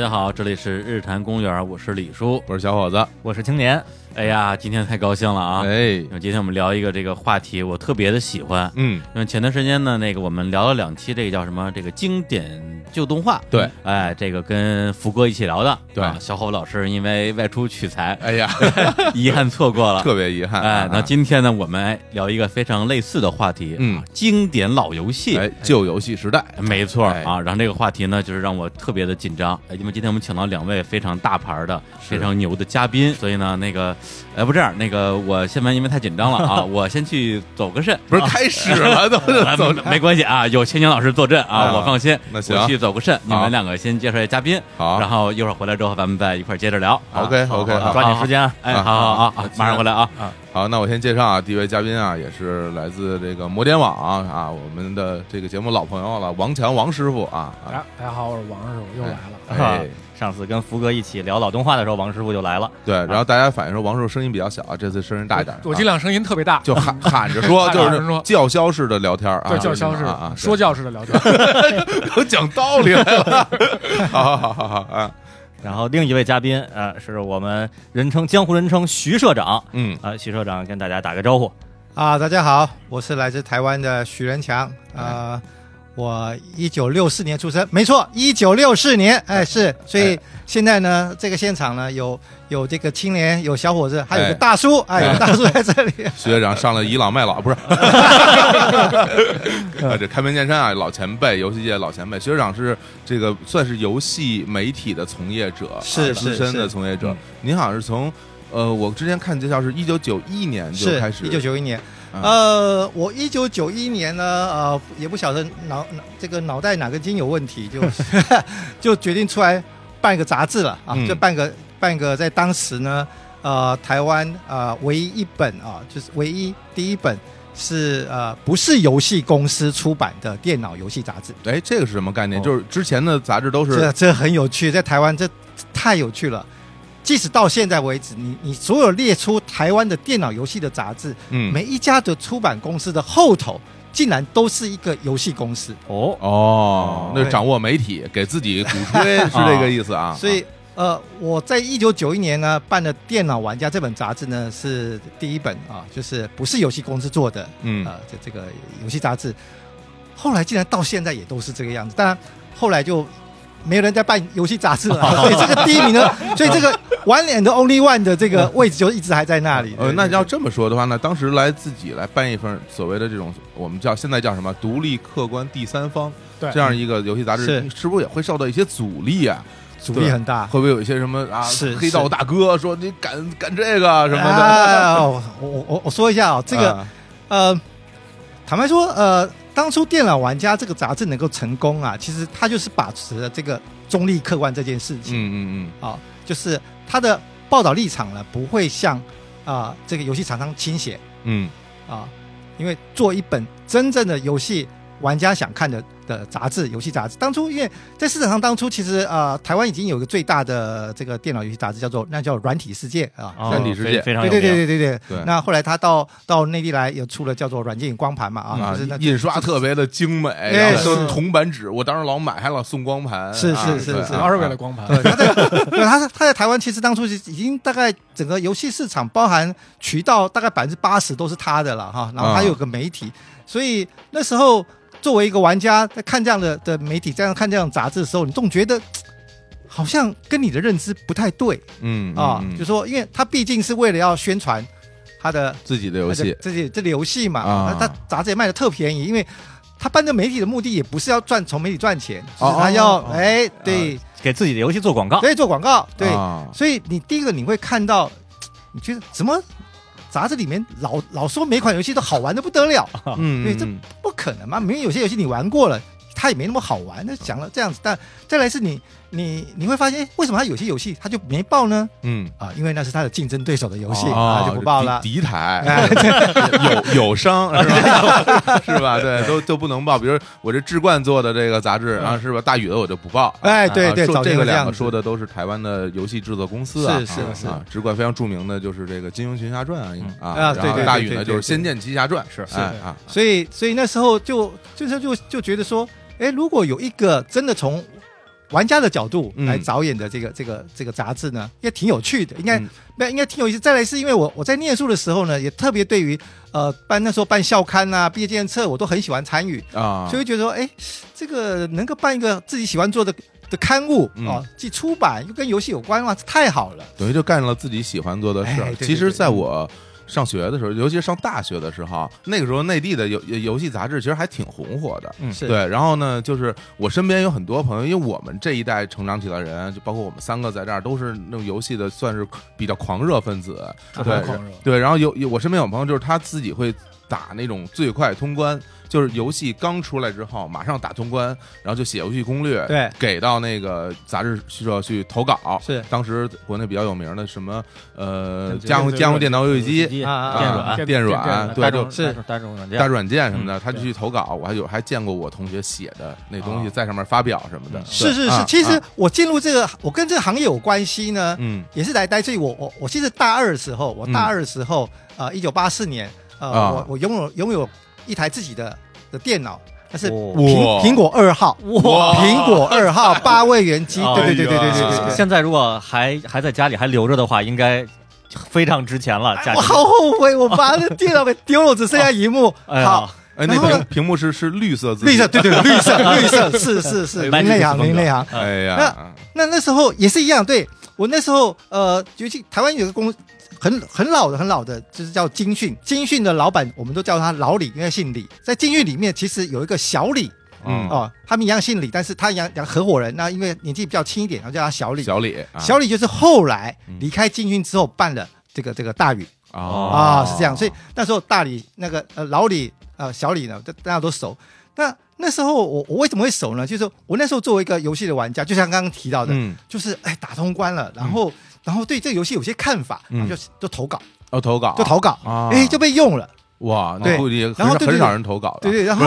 家好，这里是日坛公园，我是李叔，我是小伙子，我是青年。哎呀，今天太高兴了啊！哎因，为今天我们聊一个这个话题，我特别的喜欢。嗯，因为前段时间呢，那个我们聊了两期这个叫什么？这个经典旧动画。对，哎，这个跟福哥一起聊的。对啊小伙老师因为外出取材，哎呀，遗憾错过 了。特别遗憾。哎，那啊今天呢，我们哎聊一个非常类似的话题，嗯啊，经典老游戏。哎，旧游戏时代，没错哎啊，然后这个话题呢，就是让我特别的紧张，哎因为今天我们请到两位非常大牌的、非常牛的嘉宾，所以呢，那个，哎，不这样，那个我先问，因为太紧张了 啊，我先去走个肾，不是开始 了都啊走没没关系啊，有千年老师坐镇啊，啊我放心，那行我去走个肾，你好们两个先介绍一下嘉宾，好然后一会儿回来之后咱们再一块儿接着聊。啊 OK 好 OK，好好抓紧时间啊！哎，好啊好好好，马上回来啊！好，那我先介绍啊，第一位嘉宾啊，也是来自这个摩点网啊，我们的这个节目老朋友了，王强王师傅啊，啊哎，大家好，我是王师傅，又来了。哎， 上次跟福哥一起聊老动画的时候，王师傅就来了。对，然后大家反映说王师傅声音比较小，啊这次声音大一点，我尽量声音特别大，就喊喊着 说，就喊着是说叫嚣式的聊天啊，对，叫嚣啊啊式，，对说教式的 聊天。都讲道理来 了，好好好好好啊，然后另一位嘉宾，呃，是我们人称江湖人称徐社长，嗯，呃，徐社长跟大家打个招呼。啊，大家好，我是来自台湾的许仁强，呃，我一九六四年出生，没错，一九六四年，哎，是，所以现在呢，这个现场呢，有有这个青年，有小伙子，还有哎个大叔，哎，有个大叔在这里，徐学长上了倚老卖老，不是？ 啊，这开门见山啊，老前辈，游戏界老前辈。徐学长是这个算是游戏媒体的从业者，啊是资是深的是从业者嗯。您好像是从呃，我之前看介绍是一九九一年就是开始，一九九一年，嗯呃，我一九九一年呢，呃，也不晓得脑脑这个脑袋哪根筋有问 题，就就决定出来办一个杂志了啊，嗯就办个办一个在当时呢，呃，台湾呃唯一一本啊，就是唯一第一本是呃不是游戏公司出版的电脑游戏杂志，哎，这个是什么概念？哦就是之前的杂志都这是这很有趣，在台湾这太有趣了。即使到现在为止，你你所有列出台湾的电脑游戏的杂志，嗯每一家的出版公司的后头，竟然都是一个游戏公司，哦，哦，那对掌握媒体，给自己鼓 吹是这个意思啊？所以呃，我在一九九一年呢办的《电脑玩家》这本杂志呢是第一本啊，就是不是游戏公司做的，嗯呃，这这个游戏杂志，后来竟然到现在也都是这个样子，当然后来就。没有人在办游戏杂志了，所以这个第一名呢，所以这个 One and Only One 的这个位置就一直还在那里。呃，那对对要这么说的话，那当时来自己来办一份所谓的这种我们叫现在叫什么独立客观第三方对这样一个游戏杂志，是你是不是也会受到一些阻力啊？阻力很大，会不会有一些什么啊是黑道是大哥说你敢干这个什么的？啊，我我我我说一下啊、这个啊呃，坦白说，呃，当初《电脑玩家》这个杂志能够成功啊，其实它就是把持了这个中立客观这件事情嗯嗯啊、就是它的报道立场呢不会向啊、这个游戏厂商倾斜嗯啊、因为做一本真正的游戏玩家想看的的杂志，游戏杂志，当初因为在市场上当初其实呃，台湾已经有一个最大的这个电脑游戏杂志叫做那叫《软体世界》啊、哦三体世界非非常有对对名对对对对对。那后来他到到内地来，也出了叫做软件与光盘嘛嗯啊，就是那印刷特别的精美，然后都是哎是铜版纸，我当时老买，还老送光盘，是啊是是对是主啊要是为了光盘。 对，他在 对他在他在台湾其实当初已经大概整个游戏市场包含渠道大概百分之八十都是他的了哈，然后啊还有个媒体，所以那时候作为一个玩家在看这样的的媒体，这样看这样的杂志的时候，你总觉得。嘖好像跟你的认知不太对嗯啊，嗯嗯就说，因为他毕竟是为了要宣传他的自己的游而且戏，这里这里游戏嘛，啊他、它杂志也卖的特便宜，因为他办这媒体的目的也不是要赚从媒体赚钱，哦就是他要哦哦哎、对、给自己的游戏做广告。对做广告，对，啊所以你第一个你会看到，你觉得怎么杂志里面老老说每款游戏都好玩的不得了，嗯对这嗯不可能嘛？明明有些游戏你玩过了，它也没那么好玩，那讲了这样子，但再来是你你你会发现，哎，为什么它有些游戏它就没报呢？嗯。啊，因为那是它的竞争对手的游戏，啊啊就不报了。敌敌台，哎 有有伤是吧？ 是吧？对，都都不能报。比如我这志冠做的这个杂志，然后是吧？大宇的我就不报。嗯哎，对对，啊说早就这个这两样个子说的都是台湾的游戏制作公司啊，是是啊是啊，志冠非常著名的就是这个《金庸群侠传》啊，啊对然后对大对宇对呢对就是《对仙剑奇侠传》，是哎啊，所以所以那时候就就是就就觉得说，哎，如果有一个真的从玩家的角度嗯来导演的这个、这个这个杂志呢，也挺有趣的，应该嗯那、应该挺有意思。再来是因为我我在念书的时候呢，也特别对于呃办那时候办校刊啊、毕业纪念册，我都很喜欢参与，啊，所以觉得说，哎，这个能够办一个自己喜欢做的的刊物嗯啊，既出版又跟游戏有关哇，这太好了。等于就干了自己喜欢做的事儿。哎对对其实，对在我上学的时候，尤其是上大学的时候，那个时候内地的游游戏杂志其实还挺红火的。嗯是对，然后呢，就是我身边有很多朋友，因为我们这一代成长起来的人，就包括我们三个在这儿，都是那种游戏的，算是比较狂热分子。特对别狂热，对，然后有有我身边有朋友，就是他自己会打那种最快通关，就是游戏刚出来之后马上打通关，然后就写游戏攻略，对，给到那个杂志社去投稿。是当时国内比较有名的什么呃，对对家用对对家用电脑游戏机机、啊啊电啊软啊、电电电软，电对，大就哎众是大众大众软件大软件什么嗯的，他就对去投稿。我还有还见过我同学写的那东西在上面发表什么的。嗯是是啊是，其实啊我进入这个，我跟这个行业有关系呢，嗯也是来来自于我我我记得大二的时候，我嗯大二的时候，呃，一九八四年，呃，啊我我拥有拥有一台自己的的电脑，但是哦苹哇苹果二号，哇苹果 二号八位元机，哎呀对对对对对对 对对。现在如果还还在家里还留着的话，应该非常值钱了。价值哎我好后悔，我把那电脑给丢了，只剩下荧幕。哎呀好，哎，那然后屏呢屏幕是是绿色字，绿色，，对对，绿色，绿 色，是是是，哎您内行， Magic 您内行。哎呀，那那时候也是一样，对我那时候呃，尤其台湾有个公司很很老的很老的，就是叫金讯，金讯的老板我们都叫他老李，因为姓李。在金讯里面其实有一个小李嗯哦、他们一样姓李，但是他一样两个合伙人，那因为年纪比较轻一点，然后叫他小李。小李，啊小李就是后来嗯离开金讯之后办了这个这个大宇哦啊、是这样，所以那时候大李那个呃老李呃小李呢，大大家都熟。那那时候我我为什么会熟呢？就是我那时候作为一个游戏的玩家，就像刚刚提到的，嗯，就是哎打通关了，然后、然后对这个游戏有些看法，嗯然后就就投稿，哦，投稿就投稿，啊，哎、就被用了，哇，那对估计很然后对对很少对人投稿的。对对，然后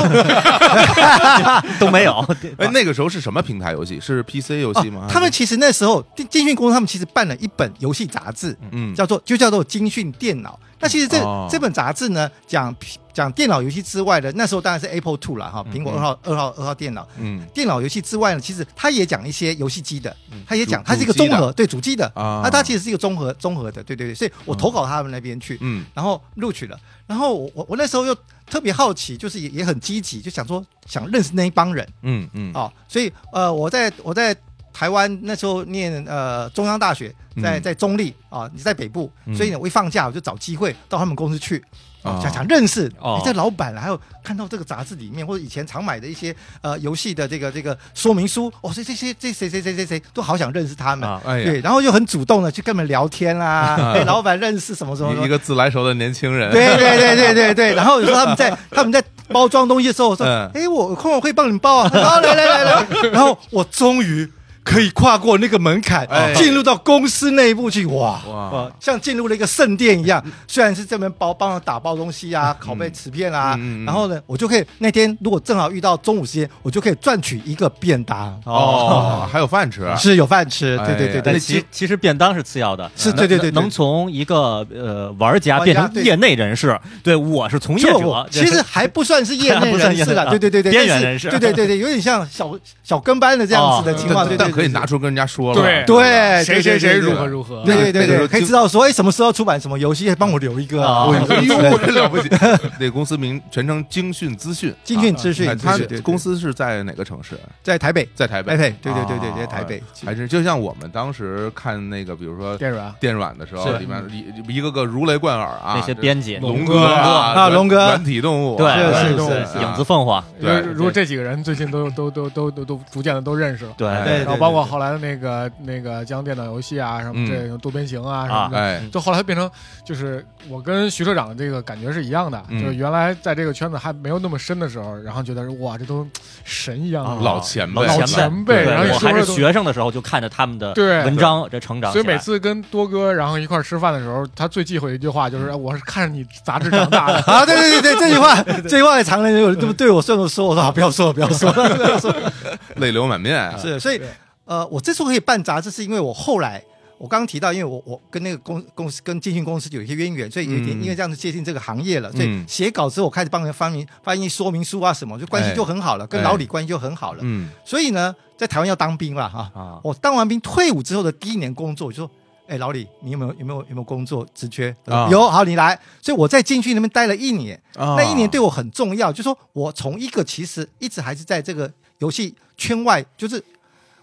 都没 有。哎，那个时候是什么平台游戏？是 PC 游戏吗？哦 他们其实那时候金金讯公司他们其实办了一本游戏杂志，嗯叫做就叫做金讯电脑。那其实这、哦这本杂志呢，讲讲电脑游戏之外的，那时候当然是 Apple Two 了哈，嗯苹果二号二号二号电脑。嗯电脑游戏之外呢，其实它也讲一些游戏机的，它也讲主它是一个主机综的合对主机的，啊那它其实是一个综合综合的，对对对，所以我投稿他们那边去，嗯然后录取了。然后我我我那时候又特别好奇，就是也也很积极，就想说想认识那一帮人嗯嗯哦。所以呃，我在我在台湾那时候念呃中央大学，在嗯在中立啊、你在北部，嗯所以呢，我一放假我就找机会到他们公司去。哦哦、想想认识哦你这老板，还有看到这个杂志里面或者以前常买的一些呃游戏的这个这个说明书，哦，这这这这谁谁谁谁谁都好想认识他们，啊哎呀，对，然后就很主动的去跟他们聊 天啦、啊被老板认识什么什么什么一一个自来熟的年轻 人，对对对对对对。然后有时候他们在他们在包装东西的时候，我说嗯：“哎，我有空我可以帮你包啊。”然后来来来来，然后我终于可以跨过那个门槛哎，进入到公司内部去，哇！哇哇，像进入了一个圣殿一样，虽然是这边包帮我打包东西啊，拷贝磁片啊嗯嗯嗯，然后呢，我就可以那天如果正好遇到中午时间，我就可以赚取一个便当，哦，还有饭吃，是有饭吃，对对对哎对那但其其其实便当是次要的，呃是能对对对对能从一个呃玩家玩家变成对业内人士，对我是从业就者我，其实还不算是业内人士了，还不算业内对对对对，边缘但是人士对对对对，有点像小小跟班的这样子的哦情况，对但但对对，可以对拿出跟人家说了，对对啊谁哎谁谁如何啊对如何，对对对那个时候对，可以就知道说，哎，什么时候出版什么游戏，帮我留一个啊哦哎呦，这了不起！ 那公司名全称京讯资讯，精讯资讯哎，他对对对公司是在哪个城市？在台北，在台北台。北，对对对对哦对，台北，还真就像我们当时看那个，比如说电软啊电软的时候，是里面一一个个如雷贯耳啊，那些编辑，龙龙哥哥啊软龙哥软体动物啊，对是是对是啊影子凤凰，对如果这几个人最近都都都都都都逐渐的都认识了。对哎对然对。后包括后来的那个那个将电脑游戏啊，什么嗯这种多边形啊什么的，哎，就后来变成就是我跟徐社长的这个感觉是一样的，嗯就是原来在这个圈子还没有那么深的时候，然后觉得哇，这都神一样的啊人，老前辈，老老前辈对然后我你说还是的都学生的时候就看着他们的对文章这成长起所来，以每次跟多哥然后一块儿吃饭的时候，他最忌讳的一句话嗯就是哎我是看着你杂志长大 的啊，对对对对， 这句话，这句话也常人有这么对我顺着说，我说好，不要说了，不要说 了，不要说了，泪流满面啊，是，所以呃，我之所以办杂志，是因为我后来我刚刚提到，因为我我跟那个公公司跟进行公司有一些渊源，所以有一点嗯因为这样子接近这个行业了，所以嗯写稿之后我开始帮人翻译翻译说明书啊什么，就关系就很好了，跟老李关系就很好了。哎嗯所以呢，在台湾要当兵了哈。啊，我当完兵退伍之后的第一年工作，我就说：“哎，老李，你有没有有没有有没有工作职缺？啊有，好，你来。”所以我在进去那边待了一年，啊那一年对我很重要，就说我从一个其实一直还是在这个游戏圈外，就是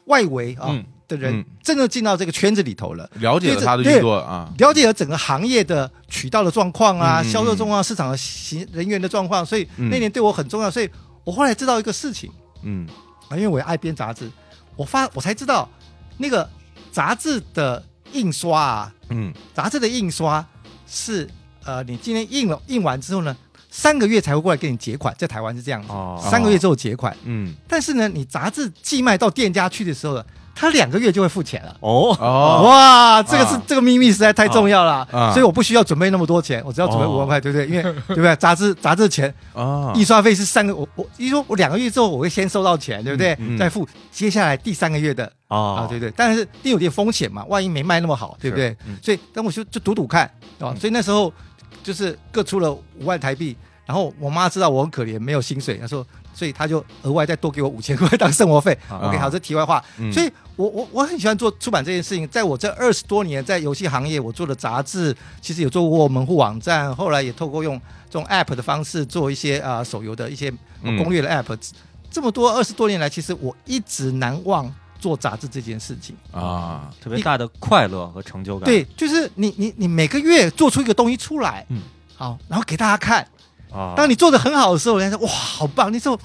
外围啊、嗯的人嗯，真的进到这个圈子里头了。了解了他的运作啊，了解了整个行业的渠道的状况啊、嗯嗯销售状况、市场的行人员的状况，所以那年对我很重要。所以我后来知道一个事情，嗯啊，因为我也爱编杂志，我发我才知道那个杂志的印刷啊，嗯杂志的印刷是呃，你今天印了印完之后呢，三个月才会过来给你结款，在台湾是这样子，哦三个月之后结款。嗯但是呢，你杂志寄卖到店家去的时候呢，他两个月就会付钱了。哦，哦，哇，这个是、啊这个秘密实在太重要了，啊所以我不需要准备那么多钱，我只要准备哦五万块，对不对？因为对不对？杂志杂志钱啊印刷费是三个，我我一说我两个月之后我会先收到钱，对不对？嗯嗯再付接下来第三个月的啊、哦，对对，但是一定有点风险嘛，万一没卖那么好，对不对？嗯所以，但我就就赌赌看啊、所以那时候就是各出了五万台币，然后我妈知道我很可怜，没有薪水，她说，所以她就额外再多给我五千块当生活费。啊 OK，好，这题外话。嗯所以我我我很喜欢做出版这件事情，在我这二十多年在游戏行业，我做的杂志，其实有做过门户网站，后来也透过用这种 App 的方式做一些啊、呃手游的一些嗯攻略的 App、这么多二十多年来，其实我一直难忘做杂志这件事情。啊，特别大的快乐和成就感。对，就是你你你每个月做出一个东西出来，嗯好，然后给大家看。啊，当你做的很好的时候，人家说哇，好棒！那时候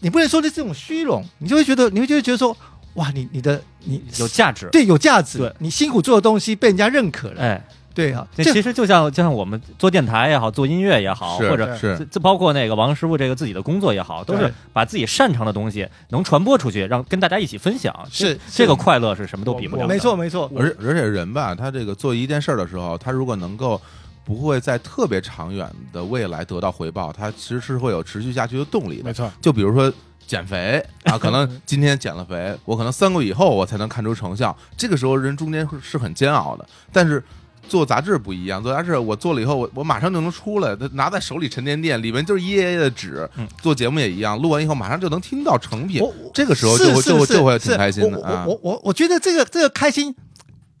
你不能说这是这种虚荣，你就会觉得你会就会觉得说哇，你你的你有价值。对有价值，对你辛苦做的东西被人家认可了，哎，对啊，这其实就像就像我们做电台也好，做音乐也好，是或者是这这包括那个王师傅这个自己的工作也好，都是对把自己擅长的东西能传播出去，让跟大家一起分享。是这个快乐是什么都比不了的。哦没错没错，而而且人吧，他这个做一件事儿的时候，他如果能够不会在特别长远的未来得到回报，他其实是会有持续下去的动力没的。错，就比如说减肥啊，可能 今天减了肥，我可能三个月以后我才能看出成效，这个时候人中间是很煎熬的，但是。做杂志不一样，做杂志我做了以后，我我马上就能出来，它拿在手里沉甸甸，里面就是一页页的纸。嗯做节目也一样，录完以后马上就能听到成品我，我这个时候哦是就会是就会是就会挺是开心的我啊。我我我我觉得这个这个开心，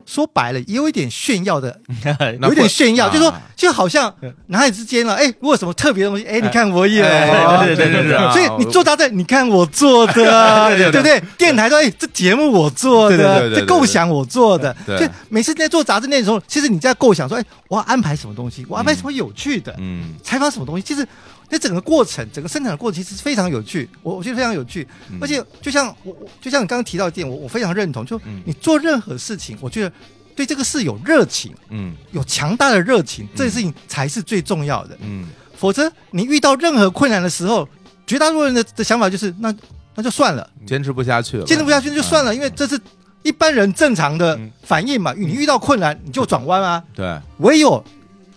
说白了也有一点炫耀的嗯那有点会炫耀，啊就说就好像男女之间了，哎，如果什么特别的东西，哎，你看我也，啊哎对对对对对所以你做杂志，你看我 做的啊，对不对？电台说，哎，这节目我做对对对对的，对对这构想我做的，对就每次在做杂志内容的时候，其实你在构想说，哎，我要安排什么东西，我安排什么有趣的，嗯采访什么东西，其实那整个过程，整个生产的过程其实是非常有趣，我我觉得非常有趣，嗯而且就像我我就像你刚刚提到的点，我我非常认同，就嗯你做任何事情，我觉得对这个事有热情。嗯有强大的热情，这件事情才是最重要的。嗯否则，你遇到任何困难的时候，绝大多数人的的想法就是那那就算了，坚持不下去了，坚持不下去就算了，因为这是一般人正常的嗯反应嘛。你遇到困难你就转弯啊，对，唯有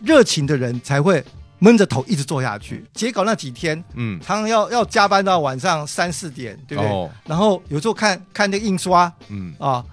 热情的人才会闷着头一直做下去。截稿那几天，嗯，常常要要加班到晚上三四点，对不对？哦，然后有时候看看那个印刷嗯啊，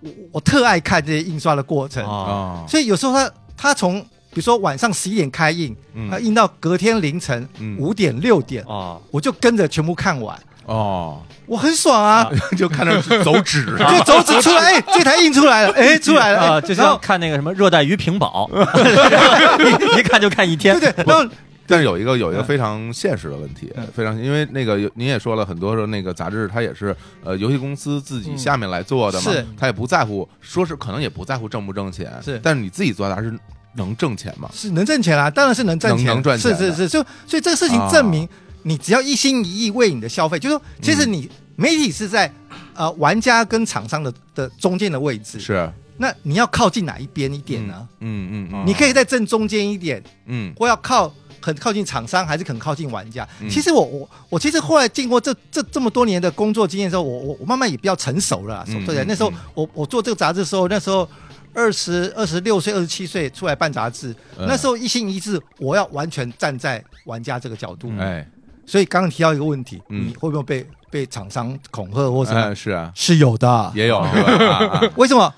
我我特爱看这些印刷的过程。啊，啊，所以有时候他他从比如说晚上十一点开印，嗯他印到隔天凌晨嗯五点六点，哦，我就跟着全部看完，哦，我很爽啊！就看着走纸， 就手指出来，哎，这台印出来了，哎，出来了，哎啊，就然像后看那个什么热带鱼屏保， 一一看就看一天对。对，然后但是有一个有一个嗯非常现实的问题，非常因为那个有您也说了很多时候那个杂志它也是呃游戏公司自己下面来做的嘛，嗯是他也不在乎，说是可能也不在乎挣不挣钱，是但是你自己做杂志能挣钱吗？是能挣钱啦，当然是能挣钱，能能赚钱的啊是是是，就所以这个事情证明，你只要一心一意为你的消费，就是说，其实嗯你媒体是在呃玩家跟厂商的的中间的位置，是那你要靠近哪一边一点呢？，嗯嗯嗯，你可以在正中间一点，嗯或要靠很靠近厂商，还是很靠近玩家。嗯其实我我我其实后来经过这这这么多年的工作经验之后，我我我慢慢也比较成熟了啦。嗯说对的嗯，那时候嗯我我做这个杂志的时候，那时候二十二十六岁、二十七岁出来办杂志，嗯那时候一心一致，我要完全站在玩家这个角度。哎所以刚刚提到一个问题，嗯你会不会被被厂商恐吓或什么？哎是啊，是有的，也有是吧？啊啊为什么？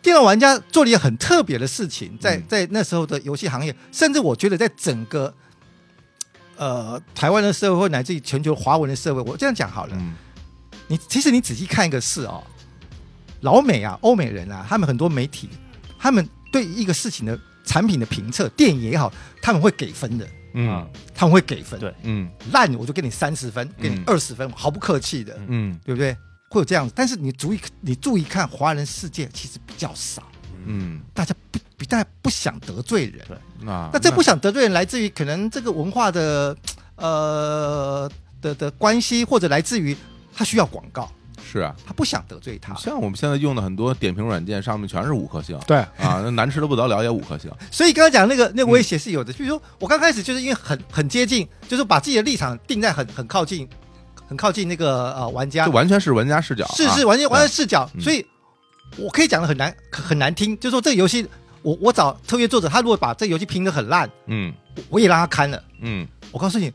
电脑玩家做了一个很特别的事情，在嗯在那时候的游戏行业，甚至我觉得在整个呃台湾的社会，乃至于全球华文的社会，我这样讲 好了，嗯你其实你仔细看一个事哦，老美啊、欧美人啊，他们很多媒体，他们对一个事情的产品的评测，电影也好，他们会给分的，嗯他们会给分。对嗯烂我就给你三十分，给你二十分，毫不客气的，嗯对不对？会有这样子，但是你注意，你注意看，华人世界其实比较少，嗯，大家不比大家不想得罪人。啊那那这不想得罪人，来自于可能这个文化的呃的的关系，或者来自于他需要广告，是啊，他不想得罪他，像我们现在用的很多点评软件上面全是五颗星对，啊，那难吃的不得了也五颗星，所以刚刚讲那个那个威胁是有嗯的，比如说我刚开始就是因为很很接近，就是把自己的立场定在很很靠近，很靠近那个呃玩家这，完全是玩家视角啊，是是完全完全视角，嗯所以我可以讲的很难很难听，就是说这个游戏，我我找特约作者，他如果把这个游戏评的很烂，嗯我我也让他看了。嗯我告诉你，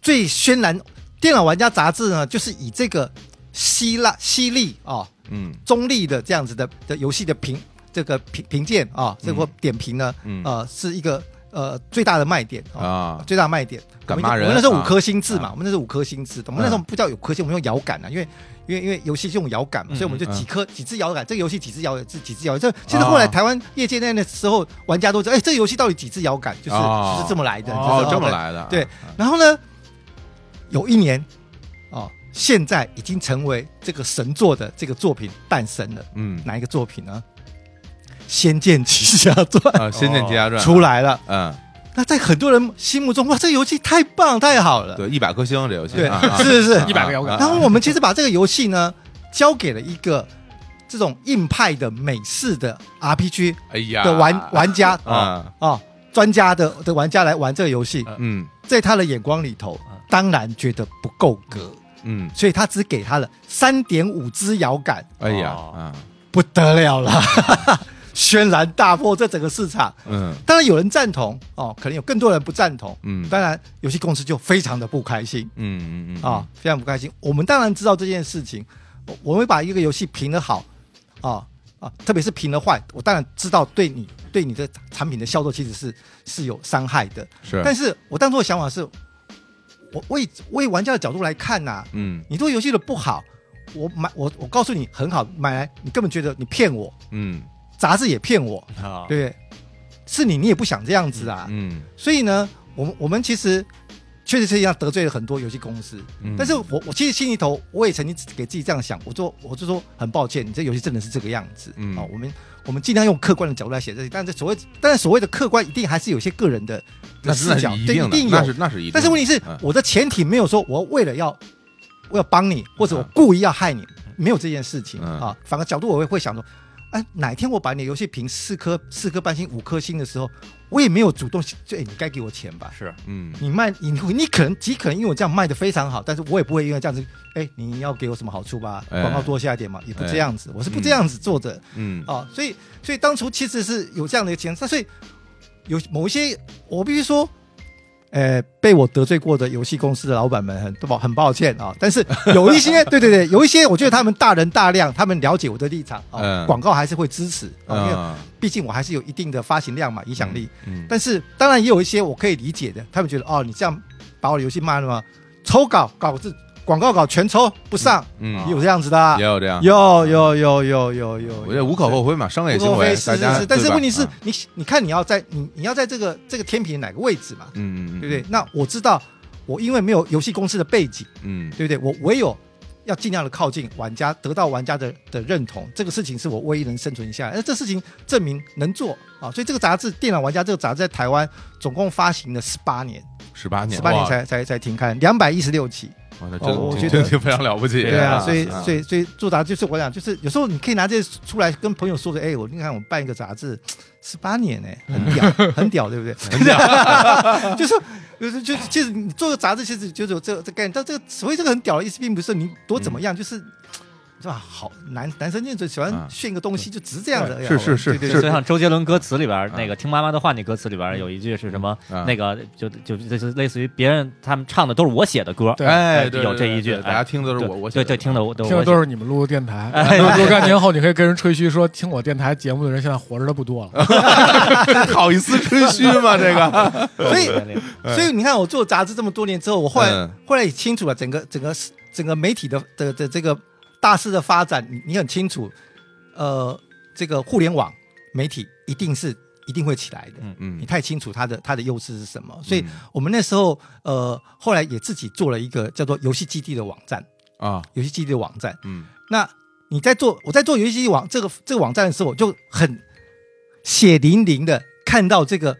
最轩然电脑玩家杂志呢，就是以这个犀利犀利啊、嗯中立的这样子的的游戏的评这个评评鉴啊，这个点评呢，嗯呃，是一个呃最大的卖点啊。啊，最大卖点，敢骂人我们那时候啊五颗星制嘛，啊我们那时候五颗星制，我们那时候不叫有颗星，我们用摇杆啊，因为因为因为游戏是用摇杆嘛，嗯所以我们就几颗几只摇杆，这个游戏几只摇杆，这几只摇杆。这其实哦后来台湾业界那那时候玩家都知道，哎，这个游戏到底几只摇杆，就是哦就是这么来的，哦就是这么。来的，啊对然后呢，有一年哦，现在已经成为这个神作的这个作品诞生了，嗯哪一个作品呢？《仙剑奇侠传 啊，《仙剑奇侠传》》哦出，来了。嗯，那在很多人心目中，哇，这游戏太棒太好了。对，一百颗星这游戏，对 啊啊是是啊一百个摇杆啊然后我们其实把这个游戏呢，交给了一个这种硬派的美式的 RPG 哎呀的玩、玩家 啊、啊，哦专家的的玩家来玩这个游戏，嗯在他的眼光里头，当然觉得不够格，嗯，所以他只给他了三点五只摇杆，哎呀哦啊，不得 了了，轩然大波这整个市场。嗯当然有人赞同哦，可能有更多人不赞同，嗯当然游戏公司就非常的不开心。嗯嗯嗯啊、，非常不开心。我们当然知道这件事情，我我会把一个游戏评的好，啊啊，特别是评的坏，我当然知道对你对你的产品的销售其实是是有伤害的。是，但是是我当初的想法是，我我以我以玩家的角度来看啊呐、嗯你做游戏的不好，我买我我告诉你很好，买来你根本觉得你骗我，嗯杂志也骗我，啊，对不对？是你你也不想这样子啊，嗯所以呢，我们我们其实确实是一样得罪了很多游戏公司，嗯但是我我其实心里头我也曾经给自己这样想，我说我就说很抱歉，你这游戏真的是这个样子，嗯啊、我们我们尽量用客观的角度来写这些，但是所谓但是所谓的客观一定还是有一些个人的那的是那视是角，一对，一定的定那有是，那是一定的，但是问题是、嗯我的前提没有说我为了要我要帮你，或者我故意要害你，没有这件事情、嗯啊，反而角度我会会想说。哎，哪一天我把你的游戏评四颗四颗半星五颗星的时候，我也没有主动就哎，你该给我钱吧？是嗯你卖你你可能极可能因为我这样卖的非常好，但是我也不会因为这样子，哎，你要给我什么好处吧？哎广告多下一点嘛，也不哎这样子，我是不这样子做的、嗯哦。所以所以当初其实是有这样的一个情况，所以有某一些我必须说。呃，被我得罪过的游戏公司的老板们很抱很抱歉啊、但是有一些， 对对对，有一些，我觉得他们大人大量，他们了解我的立场啊、嗯广告还是会支持啊、因为啊，毕竟我还是有一定的发行量嘛，影响力。嗯但是当然也有一些我可以理解的，他们觉得哦，你这样把我的游戏卖了吗？抽稿稿子广告稿全抽不上，嗯也有这样子的、啊也，有这样，有有有有有有，我觉得无可厚非嘛，商业无行可为，非大是家是是，但是对吧问题是啊你你看你要在你你要在这个这个天平哪个位置嘛，嗯嗯对不对？那我知道我因为没有游戏公司的背景，嗯对不对？我唯有。要尽量的靠近玩家，得到玩家的的认同，这个事情是我唯一能生存下来。那这事情证明能做啊，所以这个杂志《电脑玩家》这个杂志在台湾总共发行了十八年，嗯十八年十八年哇才才才停刊，两百一十六期。哇那哦我真觉真得挺非常了不起，对啊所以所以以所以做杂志就是我讲，就是有时候你可以拿这出来跟朋友说的，哎，我你看我办一个杂志，十八年哎、很屌，很屌，对不对？很屌， 就是。就是就其实你做个杂志，其实就是有这这概念，但这个所谓这个很屌的意思，并不是你多怎么样，就是是吧？好男男生就最喜欢嗯训个东西，就只这样的。哎呀是是是对对是对就像周杰伦歌词里边儿嗯那个“听妈妈的话”，那歌词里边儿有一句是什么？嗯那个就就就是类似于别人他们唱的都是我写的歌，对哎，哎对有对这对一句对大哎家听的都是对我我对写的对，听的我都听的我都写是你们录的 电台。哎若干年后，你可以跟人吹嘘说，听我电台节目的人现在活着的不 多了。好意思吹 嘘吗？这啊个所以所以你看，我做杂志这么多年之后，我后来、哎嗯后来也清楚了整个整个整个媒体的的的这个大势的发展，你你很清楚，呃，这个互联网媒体一定是一定会起来的，嗯你太清楚它的它的优势是什么，所以嗯我们那时候呃后来也自己做了一个叫做游戏基地的网站，啊，游戏基地的网站。嗯那你在做我在做游戏机网这个这个网站的时候，我就很血淋淋的看到这个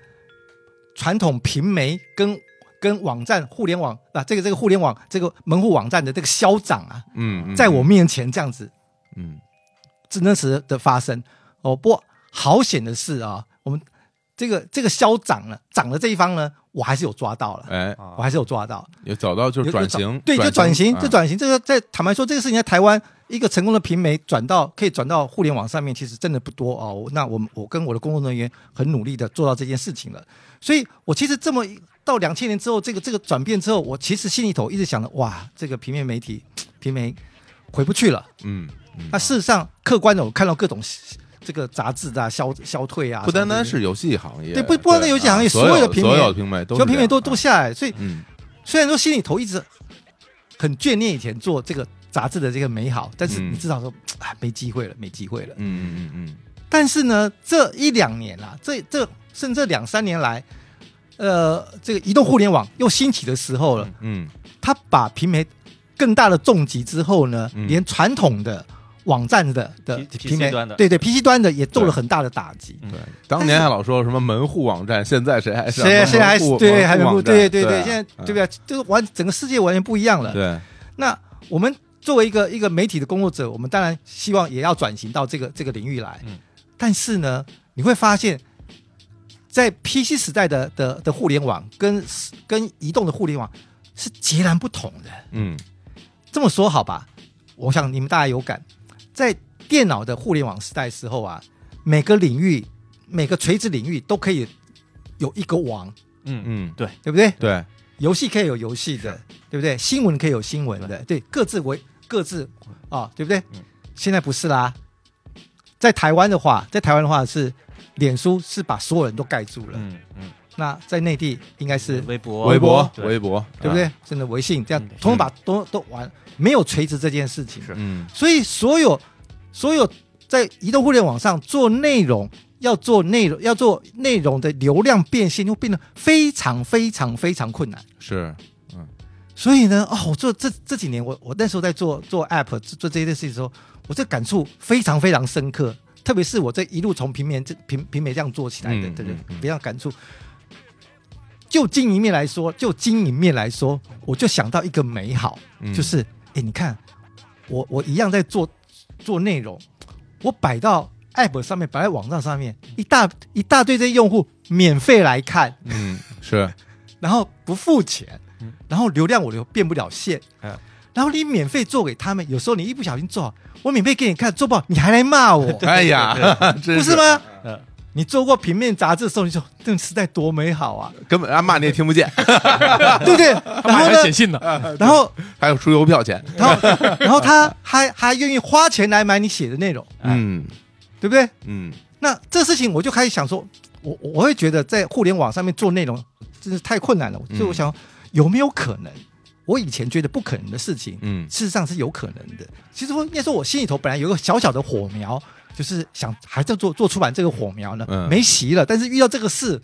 传统平媒跟跟网站互联网啊，这个这个互联网这个门户网站的这个消长啊，嗯，嗯在我面前这样子嗯真实的发生。哦，不过好险的是啊，我们这个这个消长了，涨的这一方呢，我还是有抓到了，哎，我还是有抓到。有找到就是啊转有有找型，对，就转型，啊就转型。这个在坦白说，这个事情在台湾一个成功的平媒转到可以转到互联网上面，其实真的不多哦。那我们我跟我的工作人员很努力的做到这件事情了，所以我其实这么一到两千年之后，这个这个转变之后，我其实心里头一直想着，哇，这个平面媒体平媒回不去了。嗯，嗯那事实上，客观的我看到各种这个杂志的、啊、消消退啊，不单单什么是游戏行业，对不不单单游戏行业啊所所有的的平所面有的平面这都些，全平面面都都下来，所以啊嗯虽然说心里头一直很眷恋以前做这个杂志的这个美好，但是嗯你至少说啊、没机会了，没机会了嗯。嗯嗯但是呢，这一两年啦、这这甚至两三年来，呃，这个移动互联网又兴起的时候了，嗯它把平媒更大的重击之后呢，嗯连传统的网站的的 P- 平媒 PC 端的对对 PC 端的也受对了很大的打击。嗯，对，当年还老说什么门户网站，现在谁还上谁谁还门户对还门能户不网站对对对对，啊，现在嗯对不对？这个完整个世界完全不一样了。对，那我们作为一个一个媒体的工作者，我们当然希望也要转型到这个这个领域来。嗯但是呢，你会发现，在 PC 时代的的的互联网跟跟移动的互联网是截然不同的。嗯这么说好吧，我想你们大家有感，在电脑的互联网时代时候啊，每个领域每个垂直领域都可以有一个网，嗯，嗯对不对？对，游戏可以有游戏的，对不对？新闻可以有新闻的，对，各自为各自啊、对不对？嗯现在不是啦，在台湾的话，在台湾的话是脸书是把所有人都盖住了，嗯嗯，那在内地应该是微博微博对微博，对不对啊？？甚至微信这样嗯，通通把都都完，没有垂直这件事情。是嗯所以所有所有在移动互联网上做内容，要做内容，要做内容的流量变现，就变得非常非常非常困难。是所以呢，哦，我做这这几年，我我那时候在做做 app 做做这些事情的时候，我这感触非常非常深刻。特别是我这一路从平面这平平媒这样做起来的嗯的人，嗯嗯非常感触。就经营面来说，就经营面来说，我就想到一个美好，嗯就是哎，你看，我我一样在做做内容，我摆到 app 上面，摆在网站上面，一大一大堆这些用户免费来看， 嗯是，然后不付钱嗯，然后流量我又变不了线嗯，然后你免费做给他们，有时候你一不小心做好，我免费给你看，做不好你还来骂我哎呀， 真不是？吗？嗯你做过平面杂志的时候，你说这个时代多美好啊，根本啊骂你也听不见，对不对？他们然后还呢写？信 呢，啊然后，还有出邮票钱，然后，然后他还还愿意花钱来买你写的内容，哎嗯对不对？嗯那这事情我就开始想说，我我我会觉得在互联网上面做内容真是太困难了，所以我想有没有可能，我以前觉得不可能的事情，嗯事实上是有可能的。其实我应该说，我心里头本来有个小小的火苗，就是想还在做做出版这个火苗呢，嗯没熄了。但是遇到这个事，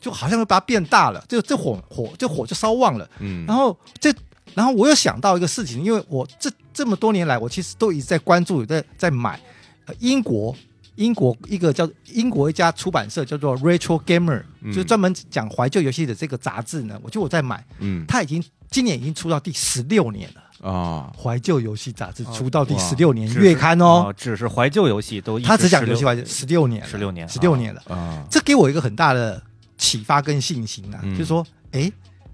就好像会把它变大了，就这火火这火就烧旺了。嗯，然后这，然后我又想到一个事情，因为我这这么多年来，我其实都一直在关注，有在在买、呃英国。英国一个叫英国一家出版社叫做 Retro Gamer，、嗯就是专门讲怀旧游戏的这个杂志呢，我就我在买，嗯它已经今年已经出到第十六年了。啊怀旧游戏杂志哦出到第哇十六年只是月刊哦，，只是怀旧游戏都他只讲游戏怀怀旧十六年，十六年十六年了，啊这给我一个很大的启发跟信心啊，嗯就是说，哎，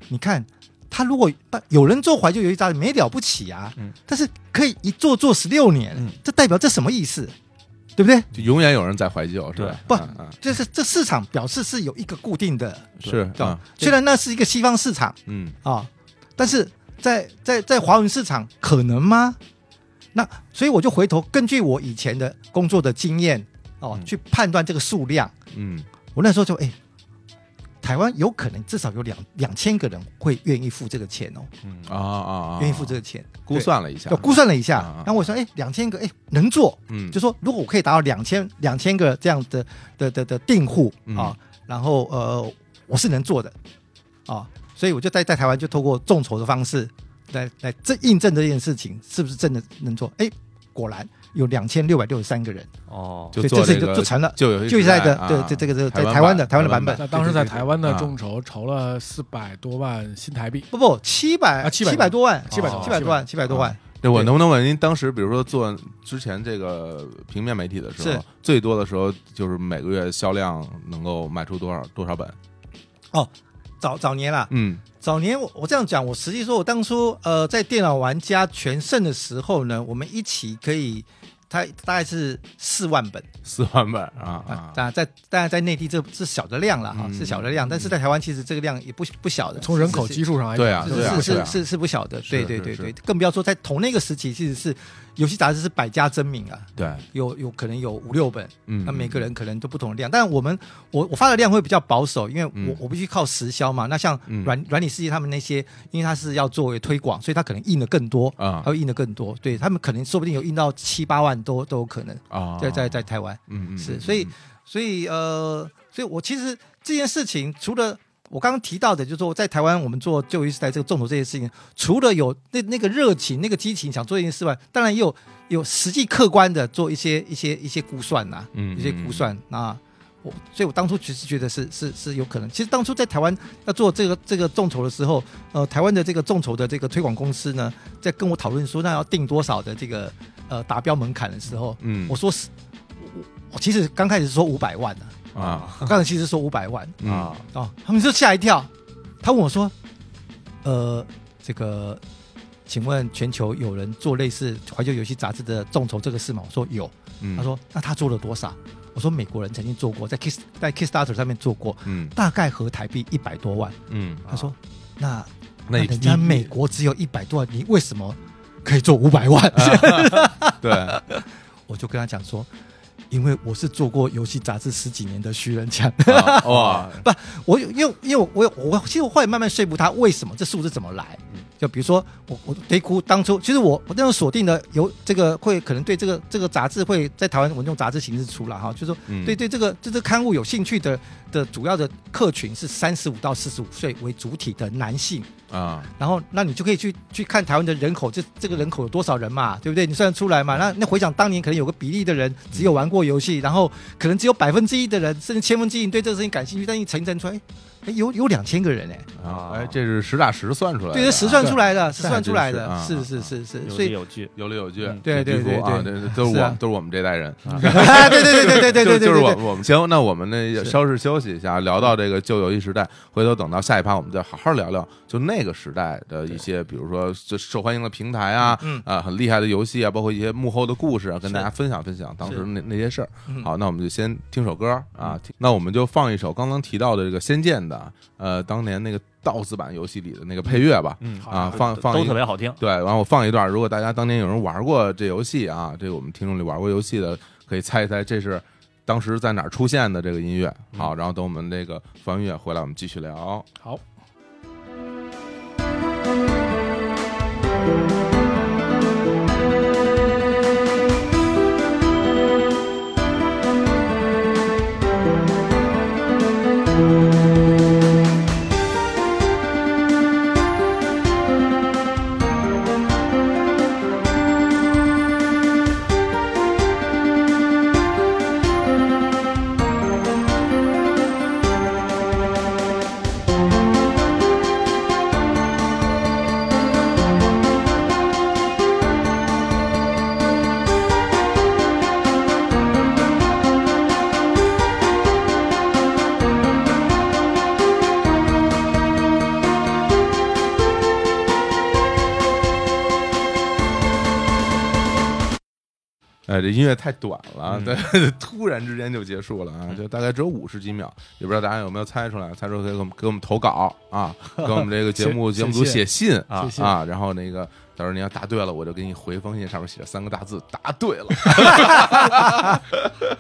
你看他如果但有人做怀旧游戏炸弹没了不起啊，嗯但是可以一做做十六年，嗯这代表这什么意思？对不对？就永远有人在怀旧，是吧？对嗯嗯就是这市场表示是有一个固定的，是，嗯虽然那是一个西方市场嗯，啊、但是在在在华文市场可能吗？那所以我就回头根据我以前的工作的经验哦、嗯去判断这个数量。嗯，我那时候就哎、台湾有可能至少有两两千个人会愿意付这个钱哦，啊啊啊，愿意付这个钱，估算了一下对。，我估算了一下啊啊，然后我说哎，两千个哎能做，嗯，就说如果我可以达到两千两千个这样的的的的订户嗯啊，然后呃我是能做的啊，所以我就在在台湾就透过众筹的方式来来这印证这件事情是不是真的能做，哎，果然有两千六百六十三个人，哦，就对做这这是个就成了就有一就现在的啊对这这个这个在台台湾湾的台湾的版版那本当时在台湾的对对啊对众筹筹了四百多万新台币，不不七百啊700百多万700多七百多万七百多万，对我对能不能问您当时，比如说做之前这个平面媒体的时候是，最多的时候就是每个月销量能够卖出多少多少本？早早年啦，嗯早年我我这样讲，我实际说，我当初呃在电脑玩家全盛的时候呢，我们一起可以，它大概是四万本四万本啊啊，当然在当然在内地这是小的量了哈，嗯是小的量，但是在台湾其实这个量也不不小的，从人口是基数上来对讲，啊是就是对啊是不是小是是是不小的，是对对是对是对，更不要说在同那个时期，其实是游戏杂志是百家争鸣啊，啊，对，有有可能有五六本，嗯，那每个人可能都不同的量，但我们我我发的量会比较保守，因为我、嗯我必须靠实销嘛。那像嗯软软体世界他们那些，因为他是要作为推广，所以他可能印的更多，啊他会印的更多。对他们可能说不定有印到七八万都都有可能，啊，在在在台湾。嗯嗯，是嗯所以所以呃，所以我其实这件事情，除了我刚刚提到的，就是说在台湾我们做旧一时代这个众筹这件事情，除了有那那个热情、那个激情想做这件事外，当然也有有实际客观的做一些一些一些估算呐、嗯一些估算啊。我所以，我当初其实觉得是是是有可能。其实当初在台湾要做这个这个众筹的时候，呃，台湾的这个众筹的这个推广公司呢，在跟我讨论说，那要定多少的这个呃达标门槛的时候，嗯我说是，我我其实刚开始说五百万呢、 啊我刚才其实说五百万嗯啊，哦，他们就吓一跳，他问我说，呃，这个，请问全球有人做类似怀旧游戏杂志的众筹这个事吗？我说有，嗯他说那他做了多少？我说美国人曾经做过，在 Kiss 在 Kickstarter 上面做过，嗯大概合台币一百多万。嗯，他说那那那你人家你美国只有一百多万，你为什么可以做五百万？ 对我就跟他讲说，因为我是做过游戏杂志十几年的徐仁强，啊 哇，我有因为因为我我有我其实我后来慢慢说服他为什么这数字怎么来，就比如说我我得哭当初其实我我那种锁定的有这个会可能对这个这个杂志会在台湾我们用杂志形式出来哈，就是说嗯对对这个对这个刊物有兴趣的的主要的客群是三十五到四十五岁为主体的男性。啊然后那你就可以去去看台湾的人口，这这个人口有多少人嘛，对不对？你算得出来嘛？那那回想当年，可能有个比例的人只有玩过游戏，然后可能只有百分之一的人，甚至千分之一对这个事情感兴趣，但你乘一乘出来，哎哎，有有两千个人哎、啊，哎，这是实打实算出来的啊，对，这实算出来的，实这还算真出来是的啊，是啊是啊是是，有所理以有据，有理有据，嗯对这几对乎对啊对这都是是我啊们都是我们这代人。啊，对对对对对对对对就就是我对们我们行，那我们那是稍事休息一下，聊到这个旧游戏时代，回头等到下一趴，我们再好好聊聊，就那个时代的一些，比如说就受欢迎的平台啊，嗯啊，很厉害的游戏啊，包括一些幕后的故事啊，跟是大家分享分享当时是那那些事儿。嗯好，那我们就先听首歌啊，听那我们就放一首刚刚提到的这个《仙剑》的，呃，当年那个 DOS 版游戏里的那个配乐吧，嗯好啊，放放都一特别好听，对，然后我放一段，如果大家当年有人玩过这游戏啊，这个我们听众里玩过游戏的，可以猜一猜这是当时在哪儿出现的这个音乐。好，然后等我们这个放完音乐回来，我们继续聊。好。 Thank 呃，这音乐太短了，嗯 对，突然之间就结束了啊，就大概只有五十几秒，也不知道大家有没有猜出来，猜出来可以给我们给我们投稿啊，给我们这个节 目节目组写信啊谢谢啊，然后那个到时候你要答对了，我就给你回一封信，上面写着三个大字，答对了，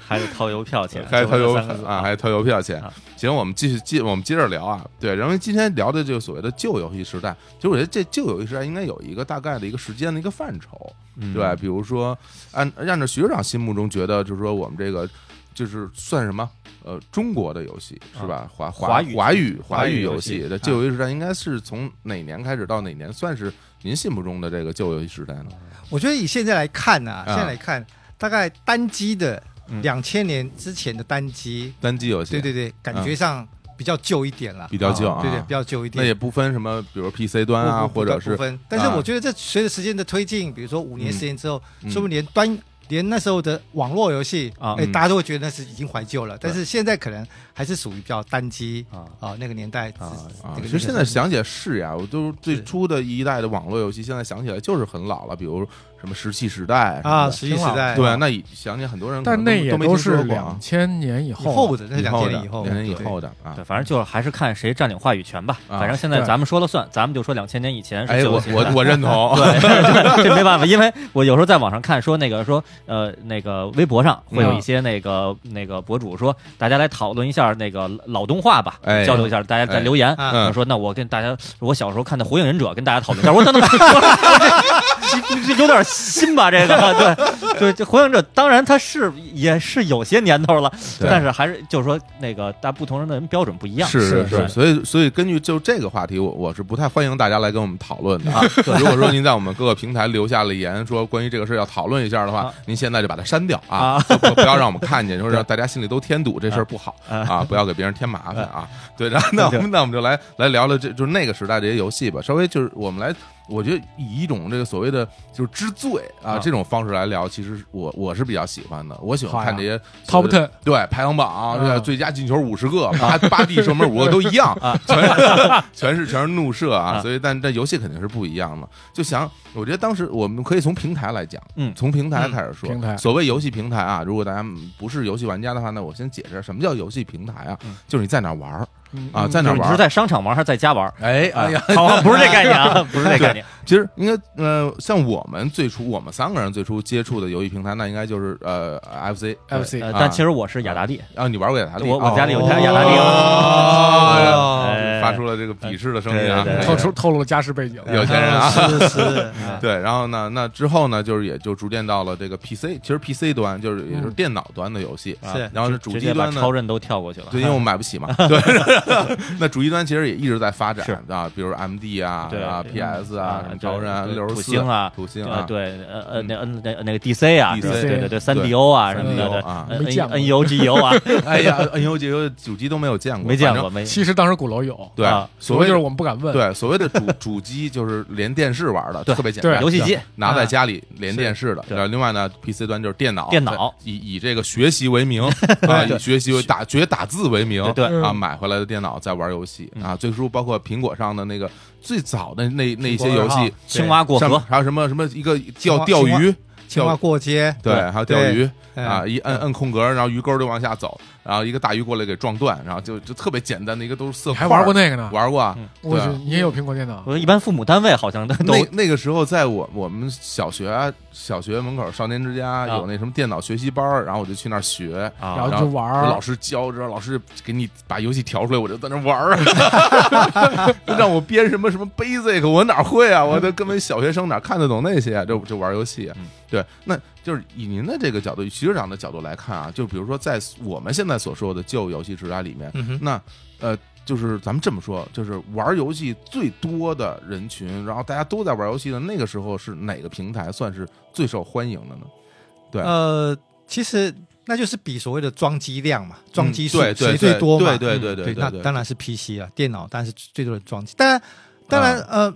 还得掏邮票钱，还有就投是邮三个字啊，还有投邮票钱啊。行，我们继续接，我们接着聊啊。对，然后今天聊的这个所谓的旧游戏时代，其实我觉得这旧游戏时代应该有一个大概的一个时间的一个范畴，嗯对吧？比如说，按按照徐社长心目中觉得，就是说我们这个就是算什么？呃，中国的游戏是吧？华华华语华语华华语语游游戏戏的啊旧游戏时代，应该是从哪年开始到哪年算是您心目中的这个旧游戏时代呢？我觉得以现在来看呢、啊现在来看，大概单机的嗯两千年之前的单机，单机游戏，对对对，感觉上比较旧一点了，比较旧啊对对，比较旧一点。那也不分什么，比如 PC 端啊，不不或者不是分，但是啊我觉得这随着时间的推进，比如说五年、嗯十年之后，嗯说不定连端连那时候的网络游戏啊哎，嗯大家都会觉得那是已经怀旧了。但是现在可能还是属于比较单机啊啊那个年代啊啊，这个其实现在想起来是呀，我就是最是初的一代的网络游戏，现在想起来就是很老了，比如什么石器时代啊，什十一时么的代对，那已想起来很多人可但嗯能都，那也都没听是说过两啊千年以以后后啊，的那是以两后千的年以后，两年以对后的啊对，。反正就是还是看谁占领话语权吧。啊反正现在对咱们说了算，咱们就说两千年以前是哎，旧游我戏时代。我我认同，对， 这没办法，因为我有时候在网上看说那个说呃那个微博上会嗯有一些那个、那个博主说大家来讨论一下那个老动画吧，哎交流一下，大家在留言。啊我嗯，说那我跟大家，我小时候看的《火影忍者》，跟大家讨论一下。我说等等，我 这这这有点新吧？这个对对，这《火影忍者》当然它是也是有些年头了，对但是还是就是说那个大不同人的人标准不一样。是是是，是所以所以根据就这个话题，我我是不太欢迎大家来跟我们讨论的啊。如果说您在我们各个平台留下了言，说关于这个事儿要讨论一下的话啊，您现在就把它删掉啊啊，就不不要让我们看见，就是让大家心里都添堵，这事儿不好啊啊，不要给别人添麻烦啊。对，然后那我们那我们就来来聊聊这就是那个时代这些游戏吧，稍微就是我们来。我觉得以一种这个所谓的就是知罪啊啊这种方式来聊，其实我我是比较喜欢的。我喜好欢呀看这些 Top 所谓的 Ten 对排行榜，啊对最佳进球五十个，八八弟射门五个都一样，全是全是全是怒射啊！啊所以，但但游戏肯定是不一样的。就想，我觉得当时我们可以从平台来讲，嗯从平台开始说。嗯平台所谓游戏平台啊，如果大家不是游戏玩家的话，那我先解释什么叫游戏平台啊，嗯就是你在哪玩儿嗯啊，嗯在哪就是你玩是儿。在商场玩还是在家玩？哎，哎呀，好，不是这概念 啊，不是这概念。其实应该，呃，像我们最初，我们三个人最初接触的游戏平台，那应该就是呃，FC FC 呃，啊但其实我是雅达利，啊，你玩过雅达利？我我家里有哦台雅达利。哦哎发出了这个鄙视的声音啊！对对对哎嗯透出透露了家世背景，有钱人啊 是 是，对，然后呢，那之后呢，就是也就逐渐到了这个 PC，其实 PC 端就是也就是电脑端的游戏，啊是然后嗯直是主直机接把端呢超。任都跳过去了。 对，因为我们买不起嘛。对， 那主机端其实也一直在发展是啊，比如 MD 啊、对啊对 PS 啊啊、什么超人啊、对对六十土四星啊土星呃啊，对，呃呃，嗯那嗯那那个 DC 啊， DC 对对对对，三对 DO 啊什么 3DO 的对啊没见过 N U G U 啊，哎呀，NU 这个主机都没有见过，没见反正过。没其实当时鼓楼有，对啊，所谓就是的我们不敢问，对所谓的主 主机就是连电视玩的，对特别简对单，游戏机嗯拿在啊家里连电视的，对然后另外呢，PC 端就是电脑，电脑以以这个学习 为名啊，以学习为打学打字为名，对对啊，嗯买回来的电脑在玩游戏嗯啊，最初包括苹果上的那个最早的那那苹果些游二号戏，青蛙过上面河，还有什么什么一个钓青钓蛙鱼，青蛙钓过街对，还有钓对鱼哎啊，一摁摁空格，然后鱼钩就往下走，然后一个大鱼过来给撞断，然后就就特别简单的一个都是色你块，还玩过那个呢？玩过啊嗯，我对去啊，你也有苹果电脑？我一般父母单位好像都都那那个时候，在我我们小学啊小学门口少年之家有那什么电脑学习班儿，然后我就去那儿学。然啊后就玩儿老师教，然后老师给你把游戏调出来，我就在那玩儿， 让我编什么什么 Basic，我哪会啊？我都根本小学生哪看得懂那些啊？就就玩游戏啊嗯。对，那就是以您的这个角度，以徐社长的角度来看啊，就比如说在我们现在所说的旧游戏时代里面，嗯哼，那呃，就是咱们这么说，就是玩游戏最多的人群，然后大家都在玩游戏的那个时候，是哪个平台算是最受欢迎的呢？嗯对呃，其实那就是比所谓的装机量嘛，装机嗯数对对谁对最多嘛？嗯对对对对那对，当然是 PC 啊，电脑当然是最多的装机。当然，当啊然，呃，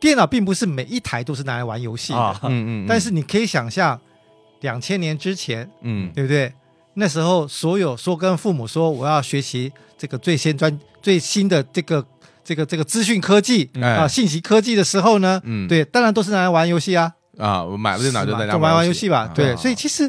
电脑并不是每一台都是拿来玩游戏的，啊，嗯嗯，但是你可以想象，两千年之前，嗯对不对？那时候所有说跟父母说我要学习这个最先专最新的这个这个这个资讯科技啊哎啊、信息科技的时候呢，嗯对，当然都是拿来玩游戏啊，啊，我买了电脑就在家就玩玩游游戏吧。对，啊所以其实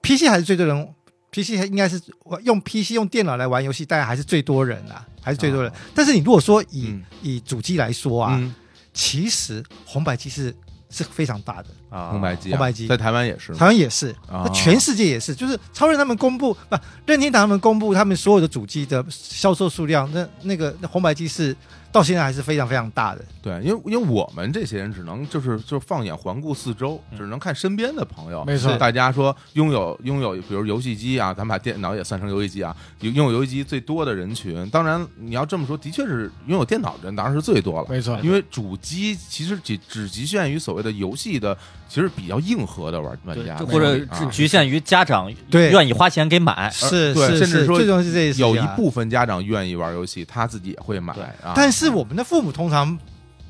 PC 还是最多人，PC 还应该是用 PC 用电脑来玩游戏，大家还是最多人啊，还是最多人。但是你如果说以、嗯以主机来说啊，嗯，其实红白机是是非常大的，啊，红白机啊，红白机在台湾也是吗，台湾也是，啊那全世界也是，就是超人他们公布不，任天堂他们公布他们所有的主机的销售数量，那那个那红白机是到现在还是非常非常大的。对，因为因为我们这些人只能就是就放眼环顾四周，只能看身边的朋友。没错是大家说拥有拥有，比如游戏机啊，咱们把电脑也算成游戏机啊，拥拥有游戏机最多的人群。当然，你要这么说，的确是拥有电脑的人当然是最多了。没错，因为主机其实只只局限于所谓的游戏的，其实比较硬核的玩玩对家，就或者啊只局限于家长对愿意花钱给买，是哎呃对是甚至是说最重要是这一有一部分家长愿意玩游戏，他自己也会买对啊。但是我们的父母通常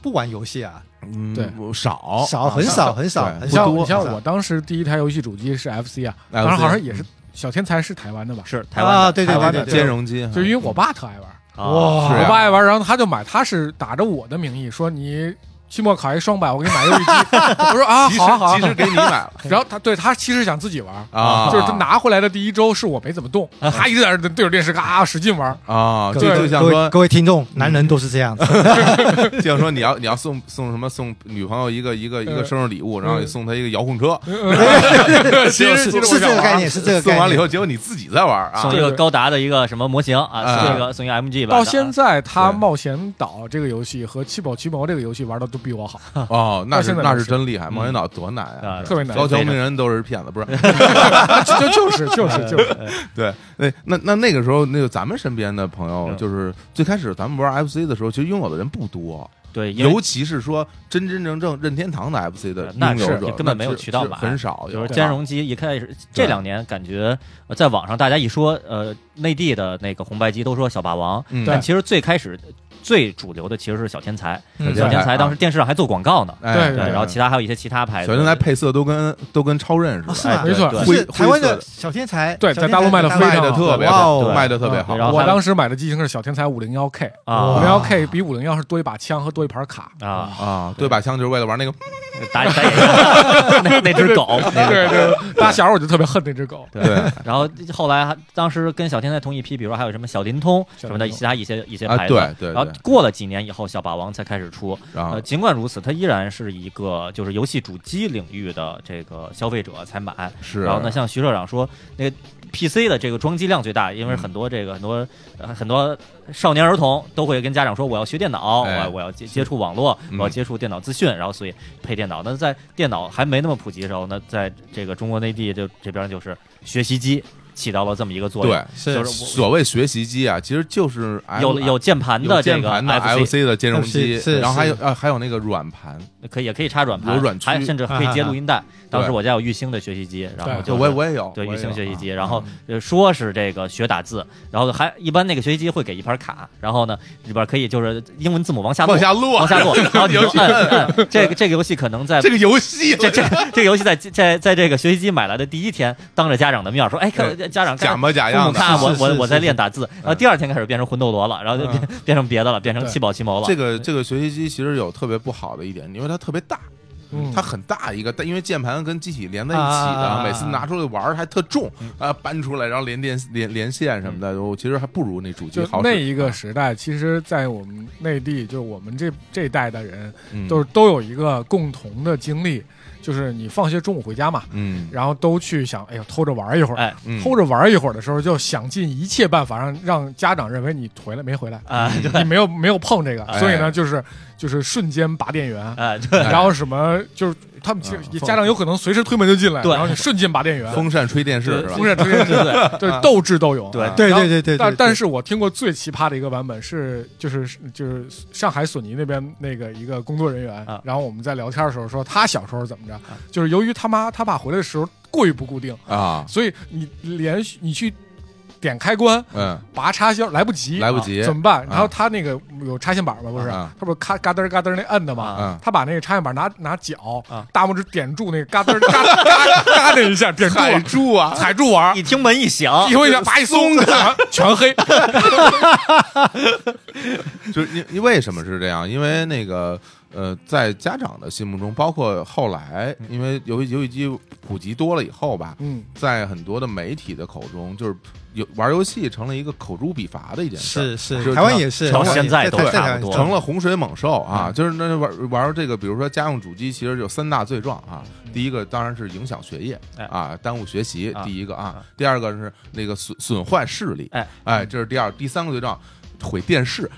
不玩游戏啊，嗯对我少少很少很少对哎很你少像不多啊你像是吧我当时第一台游戏主机是 FC 啊， FC 当时好像也是小天才是台湾的吧？是台湾啊，的对对台对湾对的对兼容机，就是因为我爸特爱玩，啊是啊我爸爱玩，然后他就买，他是打着我的名义说你期末考一双百，我给你买游戏机。 我说啊，其实好啊好啊其。实给你买了然后他对他其实想自己玩。啊， 就是他拿回来的第一周是我没怎么动，啊他一直在那对着电视嘎使劲玩，啊，就各位就像各位说嗯各位听众，男人都是这 样子，就像说你要你要送送什么送女朋友一个一个一个嗯生日礼物，然后你嗯送她一个遥控车， 其实是其实是我这想个玩概念，是这个概送念。完了以后，结果你自己在玩啊送一对个对高达的一个什么模型啊，哎送一个送一个 MG 吧。到现在，他《冒险岛》这个游戏和《七宝奇谋》这个游戏玩的都比我好，哦，那到是现在那都是是真厉害，冒险岛多难啊！啊特别难高。桥非名常人都是骗子，不是？就就就是啊就是就是， 呃对，那那那那个时候，那个咱们身边的朋友，嗯就是最开始咱们玩 FC 的时候，其实拥有的人不多，对，因为呃尤其是说真真正正任天堂的 FC 的那拥有是者，根本没有那是渠道是买很少就有是兼容机一开始这两年感觉呃在网上大家一说呃内地的那个红白机都说小霸王，嗯对但其实最开始最主流的其实是小天才，嗯小对天才当时电视上还做广告呢，哎对对，然后其他还有一些其他牌子，小天才配色都跟都跟超任似哦的，是吗哎没错对不灰是台湾灰色的的小天才，对小天在才大陆卖得在非卖常的特别哇好，哦，卖的特别好对。然后我还当时买的机型是小天才五零幺 K，五啊零幺 K 比五零幺是多一把枪和多一盘卡，啊啊，对把枪就是为了 玩那个，打打野 那那只狗，那只对对，大小时候我就特别恨那只狗，对然后后来还当时跟小天才同一批，比如说还有什么小灵通什么的，小灵通其他一些一些啊，牌子。对对然后对，过了几年以后，小霸王才开始出。然后呃，尽管如此，它依然是一个就是游戏主机领域的这个消费者才买。是，然后呢，像徐社长说，那个 PC 的这个装机量最大，因为很多这个很多、呃很多少年儿童都会跟家长说，我要学电脑，哎我我要接接触网络，嗯我要接触电脑资讯，然后所以配电脑。那在电脑还没那么普及的时候呢，在这个中国内地就这边就是学习机起到了这么一个作用。对，就是是所谓学习机啊，其实就是有 F- 有键盘有的这键个盘的 FC， FC 的兼容机 FC，是，然后还有是啊还有那个软盘，可以也可以插软盘，有软驱还甚至可以接录音带。当时 对我家有玉兴的学习机，然后对就是我也我也有，对我育也兴有学习机，啊然后呃说是这个学打字，然后还一般那个学习机会给一盘卡，然后呢里边可以就是英文字母往下落往下落，往下 落，然后你哎就游戏摁 摁这个这个游戏可能在 这个游戏 这这这个游戏在在在这个学习机买来的第一天，当着家长的面说，哎，看家长假看。模假父母样的。看是我是我是我在是练打字，嗯然后第二天开始变成魂斗罗了，然后就变变成别的了，变成对七宝奇谋了。这个这个学习机其实有特别不好的一点，因为它特别大，嗯它，很大一个，但因为键盘跟机体连在一起的，啊每次拿出来玩儿还特重嗯啊，搬出来然后连电连连线什么的，我其实还不如那主机就好使。那一个啊时代，其实，在我们内地，就是我们这这一代的人，嗯都是都有一个共同的经历，就是你放学中午回家嘛，嗯然后都去想，哎呦，偷着玩一会儿。 哎嗯偷着玩一会儿的时候，就想尽一切办法让让家长认为你回来没回来， 啊，你没有没有碰这个，哎所以呢，就是就是瞬间拔电源，啊，对，然后什么就是他们其嗯实家长有可能随时推门就进来，对然后你瞬间拔电源，风扇吹电视是吧？风扇吹电 视，对对对，斗智斗勇。 对对然后对对对，但对但是我听过最奇葩的一个版本是，就是就是上海索尼那边那个一个工作人员啊，然后我们在聊天的时候说他小时候怎么着，就是由于他妈他爸回来的时候过于不固定，啊，所以你连续你去点开关嗯，拔插销来不及，来不及， 怎么办？然啊后他那个有插线板嘛，不是？啊他不是咔嘎噔儿嘎噔儿那摁的嘛？啊他把那个插线板拿拿脚、啊大拇指点住那个嘎噔儿嘎嘎嘎那一下，点住踩了住啊， 踩住玩儿，一听门一响，一回一下把一松，全 全黑。嗯就是因因为什么是这样？因为那个呃，在家长的心目中，包括后来，因为游戏游戏机普及多了以后吧，嗯，在很多的媒体的口中，就是有玩游戏成了一个口诛笔伐的一件事儿。是就是是，台湾也是，到现在都对差不多成了洪水猛兽啊！就是那玩玩这个，比如说家用主机，其实有三大罪状啊。第一个当然是影响学业哎啊，耽误学习，啊第一个啊啊。第二个是那个损损坏视力，哎哎，这是第二。第三个罪状。毁电 视，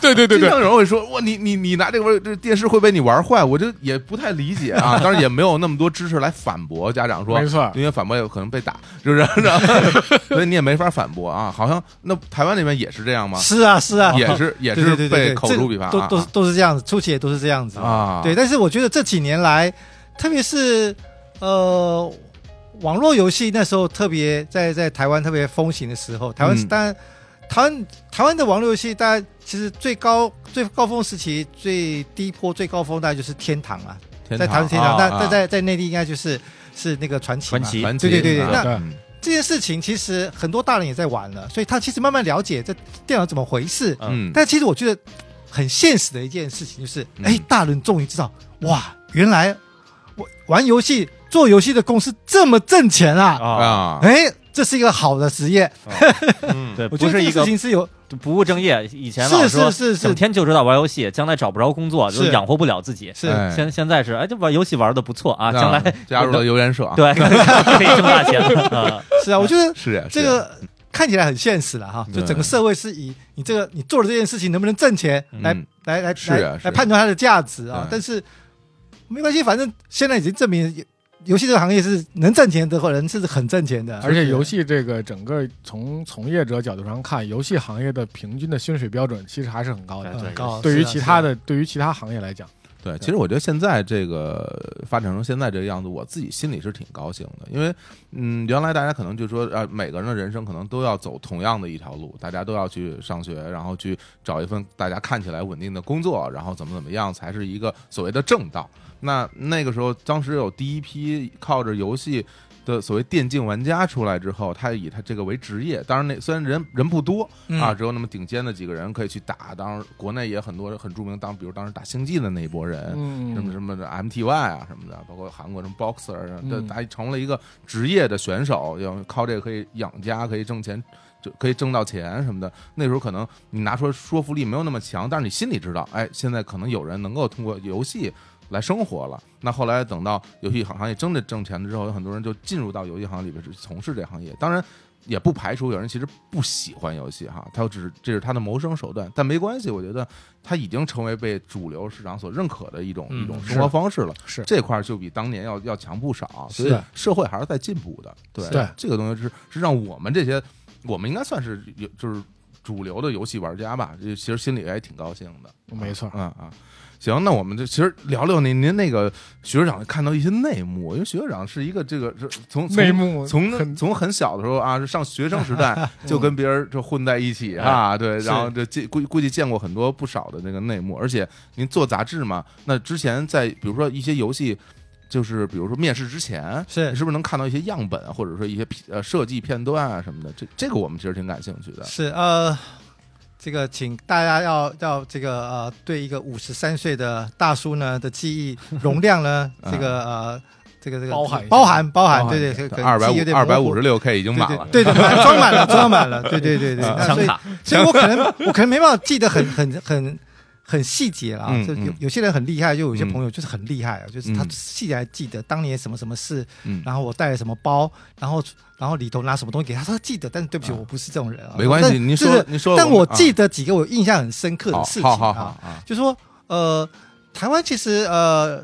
对对对对，经常有人会说哇，你你你拿这个玩意儿这电视会被你玩坏，我这也不太理解啊。当然也没有那么多知识来反驳家长说没，错，因为反驳有可能被打，是不是？ 然后所以你也没法反驳啊。好像那台湾那边也是这样吗？是啊是啊，也是也对是对对对被对口这诛笔伐啊，都都是都是这样子，初期也都是这样子啊，对，但是我觉得这几年来，特别是呃，网络游戏那时候特别在在台湾特别风行的时候，台湾是嗯当然、台湾台湾的网络游戏，大家其实最高最高峰时期、最低坡、最高峰大概就是天堂啊，天在台湾天堂啊堂，但啊但在在内地应该就是是那个传奇嘛传奇传奇，对对对对啊那嗯这件事情，其实很多大人也在玩了，所以他其实慢慢了解这电脑怎么回事，嗯，但其实我觉得很现实的一件事情就是，嗯哎、大人终于知道，哇，原来我玩游戏、做游戏的公司这么挣钱啊！啊，啊，哎、这是一个好的职业，嗯对，我不觉得是这一个事个情是有不务正业。以前老是说是是整是天就知道玩游戏，将来找不着工作，就是养活不了自己。是、哎现现在是哎，这玩游戏玩的不错啊，那将来加入了游研社啊， 对可以挣大钱 了。是啊，我觉得是呀，这哎是呀个看起来很现实了哈，就对整个社会是以你这个你做的这件事情能不能挣钱来、嗯来来是啊来是啊来判断它的价值啊对，但是没关系，反正现在已经证明游游戏这个行业是能挣钱的，或者人是很挣钱的，而且游戏。戏这个整个从从业者角度上看，游戏行业的平均的薪水标准其实还是很高哎嗯的。啊对很高。对于其他的，的，对于其他行业来讲，对，其实我觉得现在这个发展成现在这个样子，我自己心里是挺高兴的，因为嗯，原来大家可能就说啊，每个人的人生可能都要走同样的一条路，大家都要去上学，然后去找一份大家看起来稳定的工作，然后怎么怎么样才是一个所谓的正道。那那个时候，当时有第一批靠着游戏。的所谓电竞玩家出来之后，他以他这个为职业，当然那虽然人人不多，嗯啊，只有那么顶尖的几个人可以去打。当然，国内也很多很著名，当比如当时打星际的那一波人，什么嗯，什么的 MTY 啊什么的，包括韩国什么 Boxer 啊，这嗯大家成了一个职业的选手，要靠这个可以养家，可以挣钱，就可以挣到钱什么的。那时候可能你拿出来说服力没有那么强，但是你心里知道，哎，现在可能有人能够通过游戏。来生活了。那后来等到游戏行行业真的挣钱了之后，有很多人就进入到游戏行业里边去从事这行业。当然，也不排除有人其实不喜欢游戏哈，他只是这是他的谋生手段，但没关系，我觉得他已经成为被主流市场所认可的一种、嗯一种生活方式了。是这块儿就比当年要要强不少，所是以啊社会还是在进步的。对，对这个东西是是让我们这些，我们应该算是有就是主流的游戏玩家吧，这其实心里也挺高兴的。没错嗯啊。行，那我们就其实聊聊您您那个学长看到一些内幕，因为学长是一个这个是从从内幕从很从很小的时候啊，是上学生时 代就跟别人就混在一起哎啊，对，是然后就见估估计见过很多不少的那个内幕，而且您做杂志嘛，那之前在比如说一些游戏，就是比如说面试之前，是你是不是能看到一些样本，或者说一些片呃设计片段啊什么的？这这个我们其实挺感兴趣的。是呃，这个请大家要要这个呃，对一个五十三岁的大叔呢的 记忆容量呢，啊这个呃，这个这个包含一下包含包包含，含对对，这个可能二百记忆有五点二百模五糊十六 K 已经满了，嗯对对对，满装满了，装满了，对对对对，那强所以卡，所以我可能我可能没办法记得很很很很细节啊嗯，就有嗯有些人很厉害，就有些嗯朋友就是很厉害啊，就是他嗯细节还记得当年什么什么事，嗯，然后我带了什么包，然后然后里头拿什么东西给他，他记得，但是对不起，啊我不是这种人啊，没关系但您说就是您说但我我们啊记得几个我印象很深刻的好事情好好好啊，啊，就说呃，台湾其实呃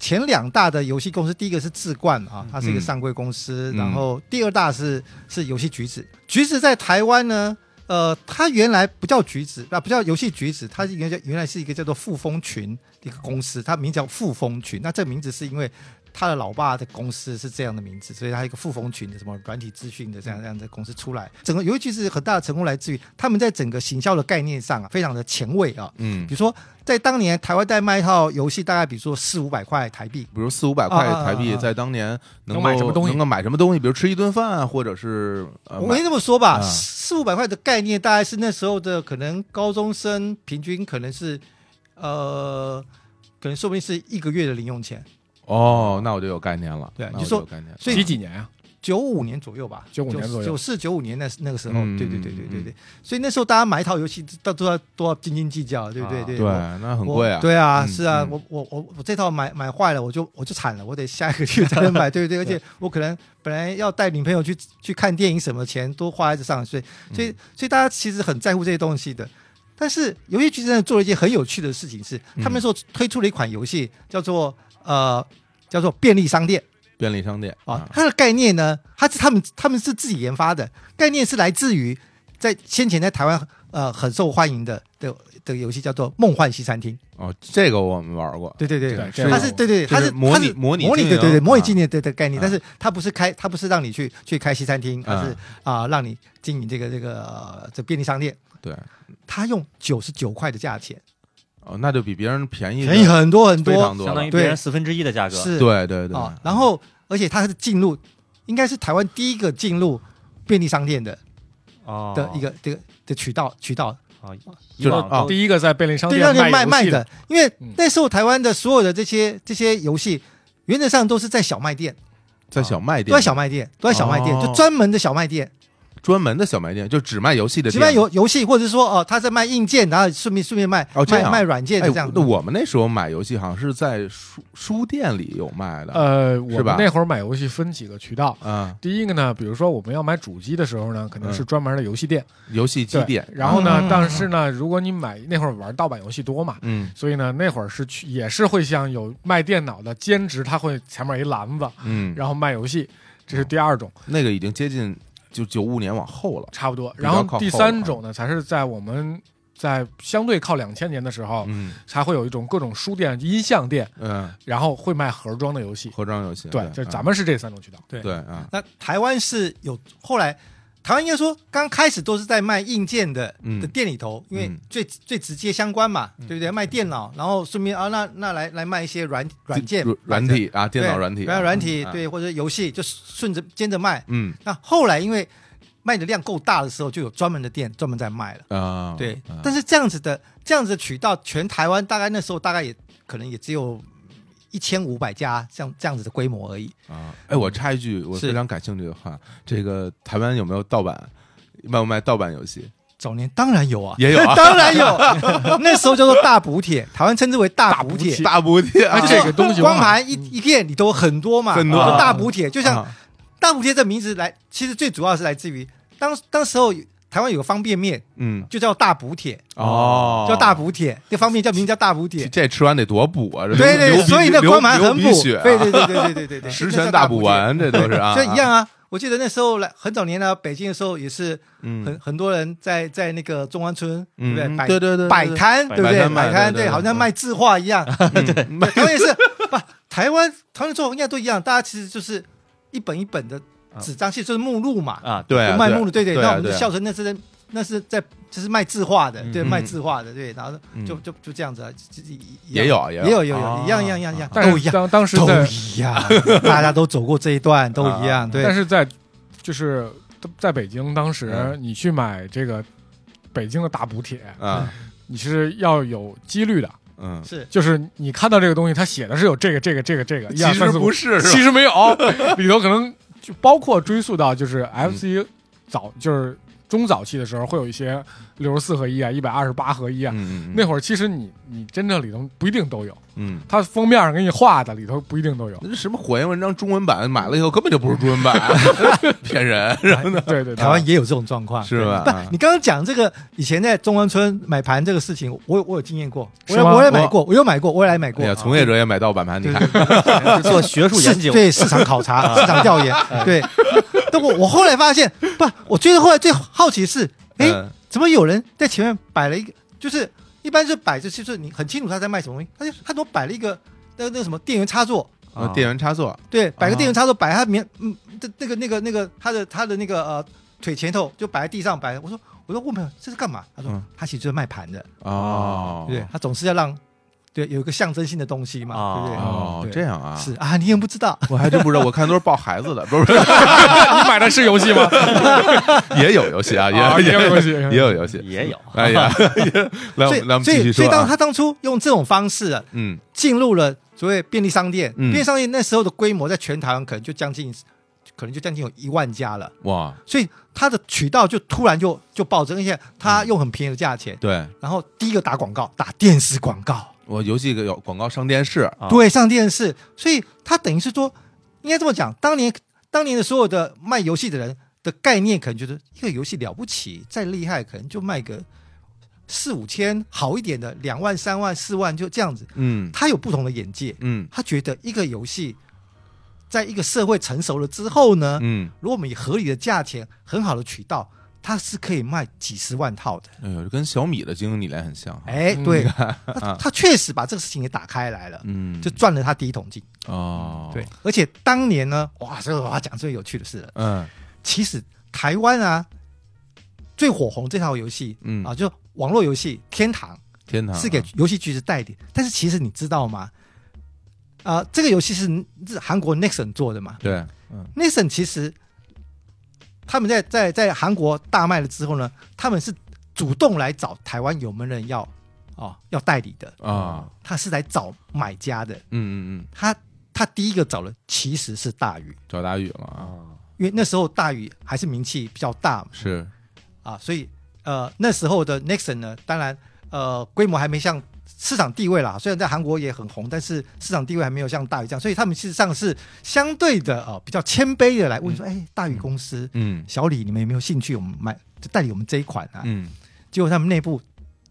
前两大的游戏公司，第一个是智冠啊，它是一嗯个上柜公司，嗯然后第二大是是游戏橘子，橘子在台湾呢。呃，它原来不叫橘子，啊，不叫游戏橘子，它原来原来是一个叫做富丰群的一个公司，它名叫富丰群。那这个名字是因为他的老爸的公司是这样的名字，所以他一个富丰群的什么软体资讯的这样这样的公司出来，整个游戏橘子很大的成功来自于他们在整个行销的概念上啊，非常的前卫啊，嗯，比如说，在当年台湾在卖一套游戏，大概比如说四五百块台币，比如四五百块啊啊啊台币，啊在当年能能买够什么东西能够买什么东西，比如吃一顿饭啊，或者是呃我买跟你这么说吧，啊四五百块的概念，大概是那时候的可能高中生平均可能是呃，可能说不定是一个月的零用钱，哦，那我就有概念了。对那我你说有概念了。所几以几年啊？九五年左右吧， 95年左右九四九五年那那个时候，嗯对对对对对对，所以那时候大家买一套游戏都都要都要斤斤计较，对不对？啊对对，那很我贵啊。对啊，嗯是啊嗯，我我我我这套买买坏了，我就我就惨了，我得下一个月才能 买，对不对？而且我可能本来要带女朋友去去看电影，什么钱都花在这上，所以嗯所以所以大家其实很在乎这些东西的。但是游戏局真的做了一件很有趣的事情是，他嗯们那时候推出了一款游戏，叫做呃叫做便利商店。便利商店啊，，它的概念呢，它是他们他们是自己研发的，概念是来自于在先前在台湾呃很受欢迎的的的游戏叫做《梦幻西餐厅》。哦，这个我们玩过。对对对，对这它个是对对，就它是是模拟它是模拟模拟经对对对营模拟啊经营的的概啊念，但是它不是开它不是让你去去开西餐厅，而是啊啊让你经营这个这个呃这便利商店，对，它用九十九块的价钱，哦，那就比别人便宜，便宜很多很非多常，多了，相当于对别人四分之一的价格。是对对对啊，然后而且它是进入，应该是台湾第一个进入便利商店的。哦的一个这个的渠道渠道，哦，就以是往啊都第一个在便利商对，店让你卖卖卖游戏的的，因为嗯那时候台湾的所有的这些这些游戏，原则上都是在小卖店，在小卖都店在，啊小卖店，都在小卖店，哦就专门的小卖店，专门的小卖店，就只卖游戏的只店。卖游游戏，或者说哦，他在卖硬件，然后顺便顺便卖哦这卖样卖软件哎的这样那子。我们那时候买游戏好像是在书书店里有卖的，呃，我啊是吧们那会儿买游戏分几个渠道。啊，第一个呢，比如说我们要买主机的时候呢，肯定是专门的游戏店、游戏机对店。啊然后呢嗯，但是呢，如果你买那会儿玩盗版游戏多嘛，嗯所以呢，那会儿是去也是会像有卖电脑的兼职，他会前面一篮子，嗯，然后卖游戏，这是第二种，那个已经接近就九五年往后了。差不多。比较然靠后第三种呢，才是在我们在相对靠两千年的时哦候，嗯才会有一种各种书店、音像店，嗯，然后会卖盒装的游戏。盒装游戏，对，就咱们是这三种渠道。嗯对啊，那台湾是有后来。台湾应该说，刚开始都是在卖硬件的嗯的店里头，因为嗯最最直接相关嘛，对不对？卖电脑，然后顺便啊，那那来来卖一些软软件、软体啊，电脑对软体啊，软体嗯对，或者游戏，就顺着兼着卖。嗯那后来因为卖的量够大的时候，就有专门的店专门在卖了。啊，对，啊但是这样子的这样子的渠道，全台湾大概那时候大概也可能也只有一千五百家这样这样子的规模而已。啊，哎，我插一句，我是非常感兴趣的话，这个台湾有没有盗版？卖不卖盗版游戏？早年当然有啊，也有啊 当然有，那时候叫做大补帖，台湾称之为大补 帖。大补 贴啊哎，这个东西光往往盘一一片里头很多嘛，很多就大补帖，就像啊大补贴这名字来，其实最主要是来自于当当时候台湾有个方便面嗯就叫大补帖，哦，叫大补帖，这方面叫名叫大补这帖。这吃完得多补啊！这对 流对，鼻所以那流光盘很补，流鼻血啊对对对对对对对 对，十这叫全大补补帖，丸，这都是啊， 所以一样啊。我记得那时候来很早年呢，北京的时候也是嗯，很很多人在在那个中关村，对嗯不嗯对？摆对对对，摆摊，摆对不对？摊卖摆对对嗯摊，对，对好像卖字画一 样。对，嗯台湾也是，不，台湾台湾的做法应该都一样，大家其实就是一本一本的纸张，其实就是目录嘛，啊，对就啊，卖对啊目录，对对，对啊那我们就对啊笑称那是那是在就是卖字画的，对，嗯卖字画的，对，然后就嗯就就这样子啊，就就一一也样有也有有有啊有一样一样一样一样，但都一是样当当时都在，一样，大家都走过这一段，都一啊样，但对，是在就是在北京，当时嗯你去买这个北京的大补帖，啊，你是要有几率的，嗯，是就是你看到这个东西，它写的是有这个这个这个这个，嗯一其二实三四五不是，是其吧？实 没有，里头可能就包括追溯到就是 FC 早就是中早期的时候，会有一些六十四合一啊、一百二十八合一啊。嗯嗯那会儿其实你你真正里头不一定都有，嗯，它封面上给你画的里头不一定都有。那什么火焰文章中文版买了以后根本就不是中文版， 骗人是吧哎对对，对台湾也有这种状况，是吧？不啊，你刚刚讲这个以前在中关村买盘这个事情，我有我有经验过，我是吗有我也买过，我有买过，我也来买过啊哎呀，。从业者也买盗版盘，你对看，是做学术研市究，对市场考啊察、市 场调研，哎对。但我我后来发现，不，我觉得后来最好奇是，哎，嗯怎么有人在前面摆了一个，就是一般是摆着，就是你很清楚他在卖什么东西，他就他怎么摆了一个那个那个什么电源插座，啊电源插座，对，摆个啊电源插座，摆他棉，嗯，这那个那个那个他的他的那个呃腿前头就摆在地上摆，我说我说问朋友这是干嘛？他说嗯他其实就是卖盘的，哦，对，他总是要让对有一个象征性的东西嘛，哦对不对？哦，对这样啊，是啊，你也不知道，我还真不知道，我看都是抱孩子的，不是 不是，你买的是游戏吗？也有游戏啊， 哦啊也也有游戏也有游戏。也有 哎呀，来，我所以们来我们所继续以说所以当啊。他当初用这种方式啊嗯，进入了所谓便利商店，嗯便利商店那时候的规模在全台湾可能就将近，可能就将近有一万家了，哇，所以它的渠道就突然就就暴增，而且嗯它用很便宜的价钱，对然后第一个打广告，打电视广告，我游戏有广告上电视，啊对，上电视，所以它等于是说，应该这么讲，当年当年的所有的卖游戏的人的概念，可能就是一个游戏了不起，再厉害，可能就卖个四五千，好一点的两万、三万、四万，就这样子。嗯他有不同的眼界，嗯他觉得一个游戏，在一个社会成熟了之后呢，嗯，如果我们以合理的价钱、很好的渠道，它是可以卖几十万套的。哎呦，这跟小米的经营理念很像啊。哎，对，他他确实把这个事情给打开来了，嗯，就赚了他第一桶金。哦，，，而且当年呢，哇，这个我要讲最有趣的事了。嗯其实台湾啊，最火红这套游戏嗯啊，，就网络游戏《天堂天堂》是给啊游戏橘子代理，但是其实你知道吗？啊、这个游戏是是韩国 Nixon 做的嘛对，嗯？Nixon 其实他们在在在韩国大卖了之后呢，他们是主动来找台湾有没有人要啊、要代理的，啊，他是来找买家的。嗯嗯嗯，他他第一个找了其实是大宇，找大宇了啊，因为那时候大宇还是名气比较大嘛是，啊，所以呃那时候的 Nixon 呢，当然呃规模还没像市场地位啦，虽然在韩国也很红，但是市场地位还没有像大宇这样，所以他们事实上是相对的呃比较谦卑的来问说，哎、大宇公司、嗯小李你们有没有兴趣我们买就代理我们这一款啊？嗯，结果他们内部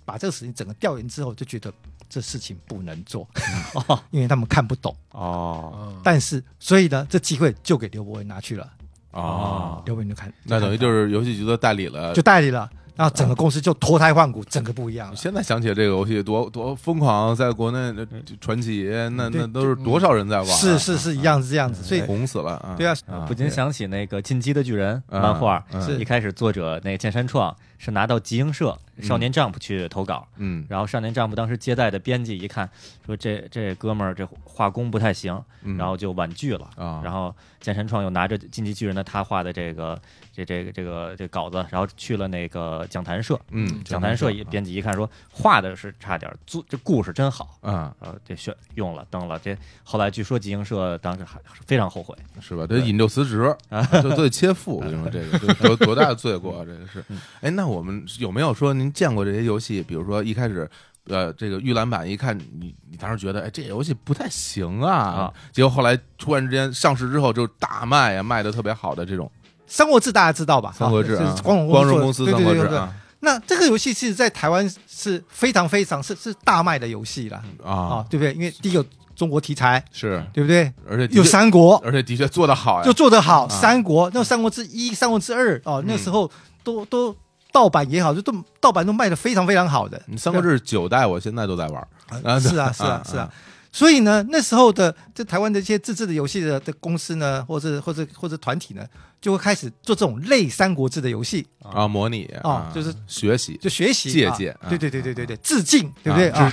把这个事情整个调研之后，就觉得这事情不能做， 因为他们看不懂。哦啊但是，所以呢，这机会就给刘伯文拿去了。哦，刘伯文就看，那等于就是游戏局的代理了就。代理了，然后整个公司就脱胎换骨，整个不一样了。嗯现在想起这个游戏多多疯狂，在国内的传奇，那那对都是多少人在玩啊？是是是一样是这样子，所以红死了啊！哎对啊，呃不禁想起那个《进击的巨人》嗯漫画，嗯是一开始作者那剑山创是拿到集英社《少年 Jump》去投稿，嗯然后《少年 Jump》当时接待的编辑一看，说这这哥们儿这画工不太行，嗯，然后就婉拒了。啊，然后剑山创又拿着《进击巨人》的他画的这个这这个这个这稿子，然后去了那个讲坛社，嗯，讲坛社一编辑一看说画的是差点儿，做这故事真好。啊，然后这选用了登了，这后来据说集英社当时还非常后悔，是吧？这引咎辞职，就都得切腹。我跟你说，这个这多多大的罪过啊！这个是。哎，那我们有没有说您见过这些游戏？比如说一开始，呃，这个预览版一看，你你当时觉得，哎，这游戏不太行啊啊，结果后来突然之间上市之后就大卖啊，卖的特别好的这种三国志大家知道吧？三国志啊啊这是，光荣光荣做的公司对三对国对志对对。啊那这个游戏其实在台湾是非常非常是是大卖的游戏啦，啊啊，，对不对？因为第一个中国题材，是，对不对？而且的有确，三国而且的确做得好呀，就做得好，啊三国那三国志一、三国志二哦，嗯那时候都都盗版也好，就都盗版都卖的非常非常好的。 《三国志》九代，我现在都在玩啊 啊，是 啊，对是啊啊，是啊。所以呢，那时候的这台湾的一些自制的游戏的的公司呢，或者或者或者团体呢，就会开始做这种类《三国志》的游戏，啊，模拟啊就是学习，就学习借啊鉴啊对对对对对对，致敬，对不对？啊啊，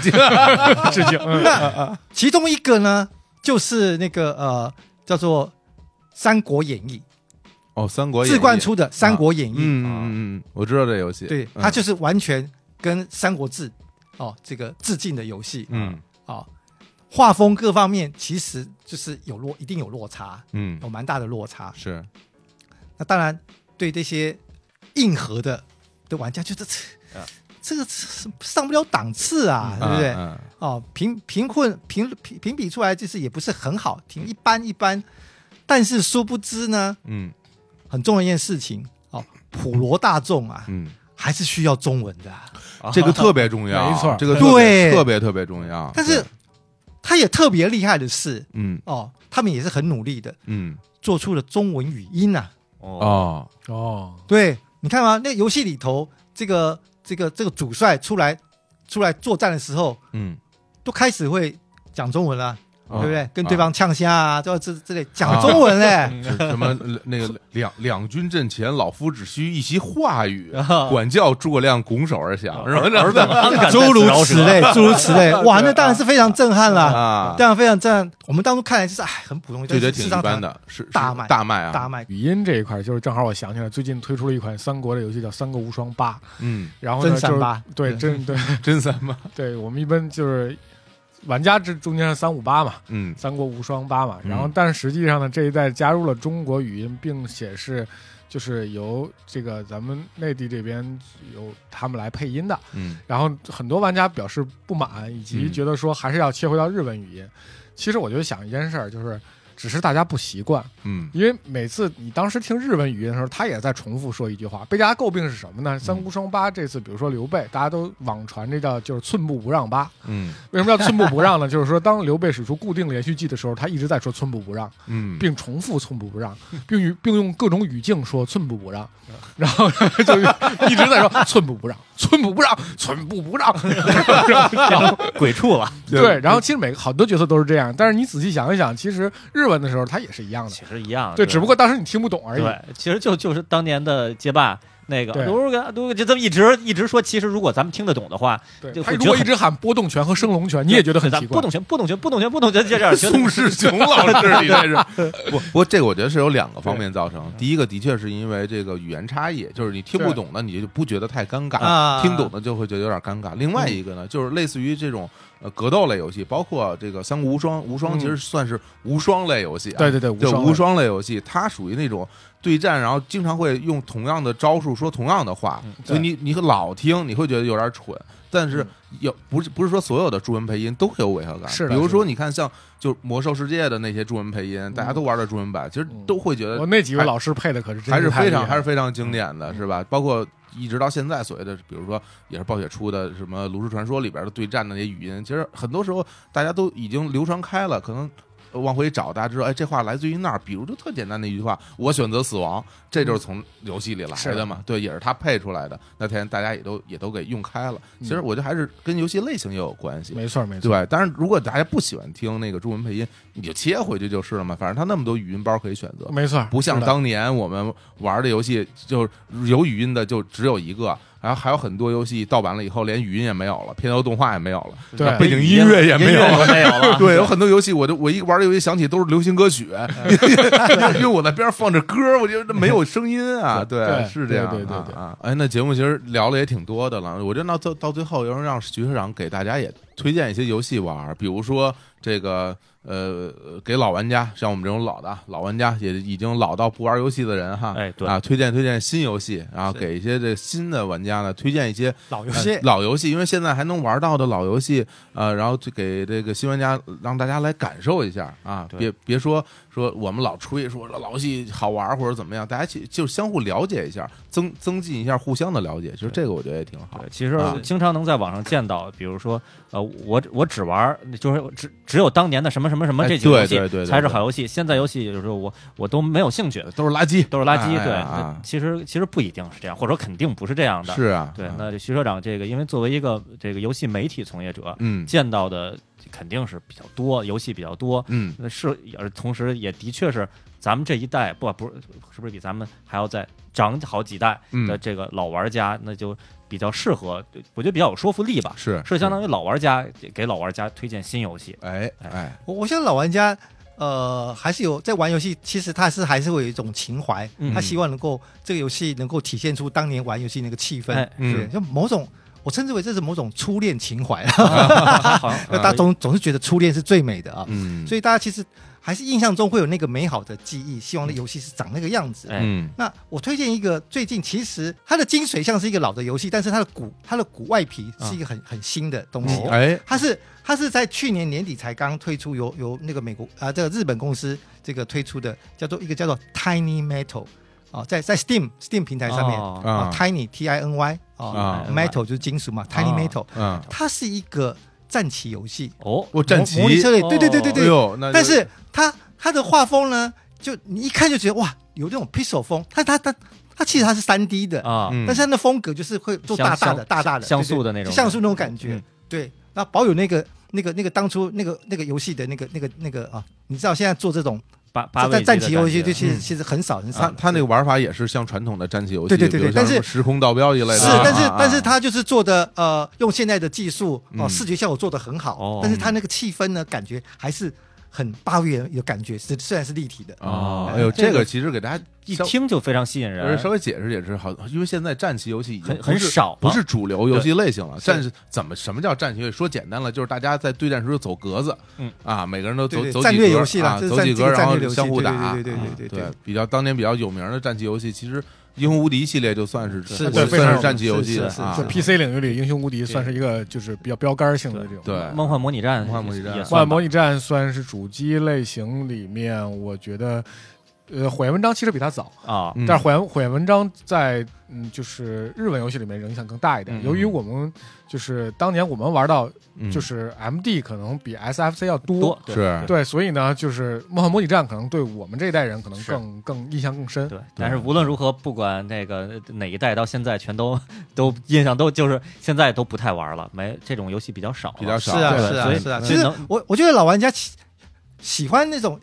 致敬，致敬。嗯 那 其中一个呢，就是那个呃，叫做《三国演义哦，《三国》演义志冠出的《三国演义》嗯嗯嗯，我知道这游戏，啊对，嗯它就是完全跟《三国志》哦这个致敬的游戏嗯啊，画风各方面其实就是有落，一定有落差，嗯有蛮大的落差。是那当然，对这些硬核的的玩家，觉得这、啊这个是上不了档次啊，对不对？嗯哦，评评困评评评比出来就是也不是很好，挺一般一般。但是殊不知呢，嗯很重要一件事情哦，普罗大众啊，嗯，还是需要中文的啊、嗯这个特别重要，没错这个特别对特别特别重要。但是对，啊他也特别厉害的是嗯哦，他们也是很努力的，嗯做出了中文语音啊。哦，哦，哦，对，你看嘛，啊那游戏里头这个这个这个主帅出来出来作战的时候，嗯都开始会讲中文了。对不对？跟啊对方呛虾啊，这这这类讲中 文嘞，是什 么那个两两军阵前，老夫只需一席话 语，啊管教诸葛亮拱手而啊降，是吧？儿子安敢诸如此 类，诸如 此类，哇，对啊那当然是非常震撼了， 啊，当然非常震撼。我们当初看来就是哎，很普通，就觉得但挺是市一场般的，是是大卖大卖啊，上大卖。语音这一块，就是正好我想起来，最近推出了一款三国的游戏叫《三国无双八》，嗯，然后呢，真就三是八嗯对，真对真三吗？对，我们一般就是玩家这中间是三五八嘛，嗯三国无双八嘛，嗯然后但是实际上呢，这一代加入了中国语音，并且是就是由这个咱们内地这边由他们来配音的，嗯然后很多玩家表示不满，以及嗯觉得说还是要切回到日文语音。其实我就想一件事儿，就是只是大家不习惯，嗯因为每次你当时听日文语音的时候，他也在重复说一句话。被大家诟病是什么嗯呢？三无双八这次，比如说刘备，大家都网传这叫就是寸步不让八。嗯为什么叫寸步不让呢？就是说，当刘备使出固定连续技的时候，他一直在说寸步不让， 嗯，并重复寸步不让，并与并用各种语境说寸步不让，然后就一直在说寸步不让，寸步不让，寸步不让。鬼畜了，对，然后其实每个好多角色都是这样，但是你仔细想一想，其实日文的时候它也是一样的。其实一样，对，只不过当时你听不懂而已。对，其实就就是当年的街霸。那个对都是都就这么一直一直说，其实如果咱们听得懂的话，对就他会如觉果得一直喊波动拳和升龙拳，你也觉得很咱奇怪不。懂拳，不懂拳，不懂拳，不懂拳，就 这样觉得宋世雄老师，你这是 不？不过这个我觉得是有两个方面造成，第一个的确是因为这个语言差异，就是你听不对懂的你就不觉得太尴尬，啊听懂的就会觉得有点尴尬。另外一个呢，就是类似于这种呃格斗类游戏，包括这个《三国无双》，无双嗯其实算是无双类游戏啊，对对对，就双无双类游戏，它属于那种对战，然后经常会用同样的招数说同样的话，嗯所以你你老听，你会觉得有点蠢。但是有不是不是说所有的中文配音都会有违和感，是的比如是说的你看像就《魔兽世界》的那些中文配音，大家都玩的中文版，其实嗯都会觉得我那几位老师配的可是真还是非常还是是非常经典的，是吧？包括一直到现在所谓的，比如说也是暴雪出的什么《炉石传说》里边的对战的那些语音，其实很多时候大家都已经流传开了，可能。呃往回找，大家知道，哎，这话来自于那儿。比如就特简单的一句话，“我选择死亡”，这就是从游戏里来的嘛，对，也是他配出来的。那天大家也都也都给用开了。其实嗯我觉得还是跟游戏类型也有关系。没错没错。对，当然，如果大家不喜欢听那个中文配音，你就切回去就是了嘛。反正他那么多语音包可以选择，没错，不像是的当年我们玩的游戏，就是有语音的就只有一个，然后还有很多游戏盗版了以后连语音也没有了，片头动画也没有了，对背景音乐也没有 了。没有啊了，对，有很多游戏，我就我一玩这游戏想起都是流行歌曲， 因为我在边上放着歌，我觉得没有声音啊。嗯对是这样啊，对对对对啊。哎，那节目其实聊的也挺多的了，我觉得到到到最后，要是让徐社长给大家也推荐一些游戏玩儿，比如说这个呃，给老玩家，像我们这种老的啊老玩家，也已经老到不玩游戏的人哈，哎对啊，推荐推荐新游戏，然后是给一些这新的玩家呢，推荐一些老游呃戏，老游戏，因为现在还能玩到的老游戏，呃，然后就给这个新玩家让大家来感受一下啊，对别别说说我们老吹说老游戏好玩或者怎么样，大家去就是相互了解一下，增增进一下互相的了解，其实这个我觉得也挺好对，。其实啊经常能在网上见到，比如说，呃，我我只玩儿，就是只只有当年的什么什么什么哎这几个游对对对对戏才是好游戏，现在游戏有时候我我都没有兴趣，都是垃圾，都是垃圾。哎对，哎啊那其实其实不一定是这样，或者说肯定不是这样的。是啊，对啊，那徐社长这个，因为作为一个这个游戏媒体从业者，嗯见到的肯定是比较多，游戏比较多，嗯，那是而同时也的确是咱们这一代不不是是不是比咱们还要再长好几代嗯的这个老玩家，那就比较适合，我觉得比较有说服力吧。是是相当于老玩家给老玩家推荐新游戏，哎哎，我我想老玩家，呃，还是有在玩游戏，其实他是还是会有一种情怀，嗯他希望能够这个游戏能够体现出当年玩游戏那个气氛，哎对，嗯就某种。我称之为这是某种初恋情怀，啊啊 好像 大家总总是觉得初恋是最美的啊，哎嗯，所以大家其实还是印象中会有那个美好的记忆，希望那游戏是长那个样子。哎嗯那我推荐一个最近其实它的精髓像是一个老的游戏，但是它的骨它的骨外皮嗯是一个很、很新的东西。哎它是它是在去年年底才刚推出由由那个美国啊、这个日本公司这个推出的叫做一个叫做 Tiny Metal 啊、在在 Steam Steam 平台上面、哦啊啊 Tiny T I N Y 啊、啊 Metal 就是金属嘛、t 啊 i n y Metal 嗯，它是一个战棋游戏，哦，我战棋，模拟策略，对对对对哎对。呦，那就但是它它的画风呢，就你一看就觉得哇，有那种 pixel 风，它它它它其实它是三 D 的，啊，嗯但是它的风格就是会做像大大的像大大的像对对素的那种像素那种感觉，嗯对，那保有那个那个那个当初那个那个游戏的那个那个那个啊，你知道现在做这种八八位战机战的棋游戏，感觉啊就其实嗯其实很少很它少。它那个玩法也是像传统的战棋游戏，啊对对对比如对但像什么时空倒标一类的，是，啊但是啊啊但是他就是做的呃，用现在的技术哦、嗯视觉效果做的很好，哦但是他那个气氛呢，感觉还是很八位元有感觉，虽虽然是立体的，哦，哎呦，这个其实给大家一稍听就非常吸引呃人，稍微解释解释好，因为现在战棋游戏已经很不很是少了，不是主流游戏类型了。是战士怎么什么叫战棋游戏？说简单了，就是大家在对战时候走格子，嗯啊，每个人都走对对走战几略格游戏啊啦，这是走战几这格，个然战后略游戏，相互对打。啊对对对对对对，比较当年比较有名的战棋游戏，其实《英雄无敌》系列就算是是我是非算常是战棋游戏是了是啊是就。PC 领域里，《英雄无敌》算是一个就是比较标杆性的对这种。对，梦幻模拟战，梦幻模拟战也《幻算幻吧模拟战》算是主机类型里面，我觉得，呃，火焰文章其实比它早，啊，嗯但是火焰火焰文章在嗯，就是日文游戏里面影响更大一点。嗯由于我们就是当年我们玩到嗯就是 MD 可能比 SFC 要多，多对是对，所以呢，就是《梦幻模拟战》可能对我们这一代人可能是更更印象更深。对，但是无论如何，不管那个哪一代到现在，全都都印象都就是现在都不太玩了，没这种游戏比较少了，比较是少，啊对是所啊以是啊。嗯其实能我我觉得老玩家喜喜欢那种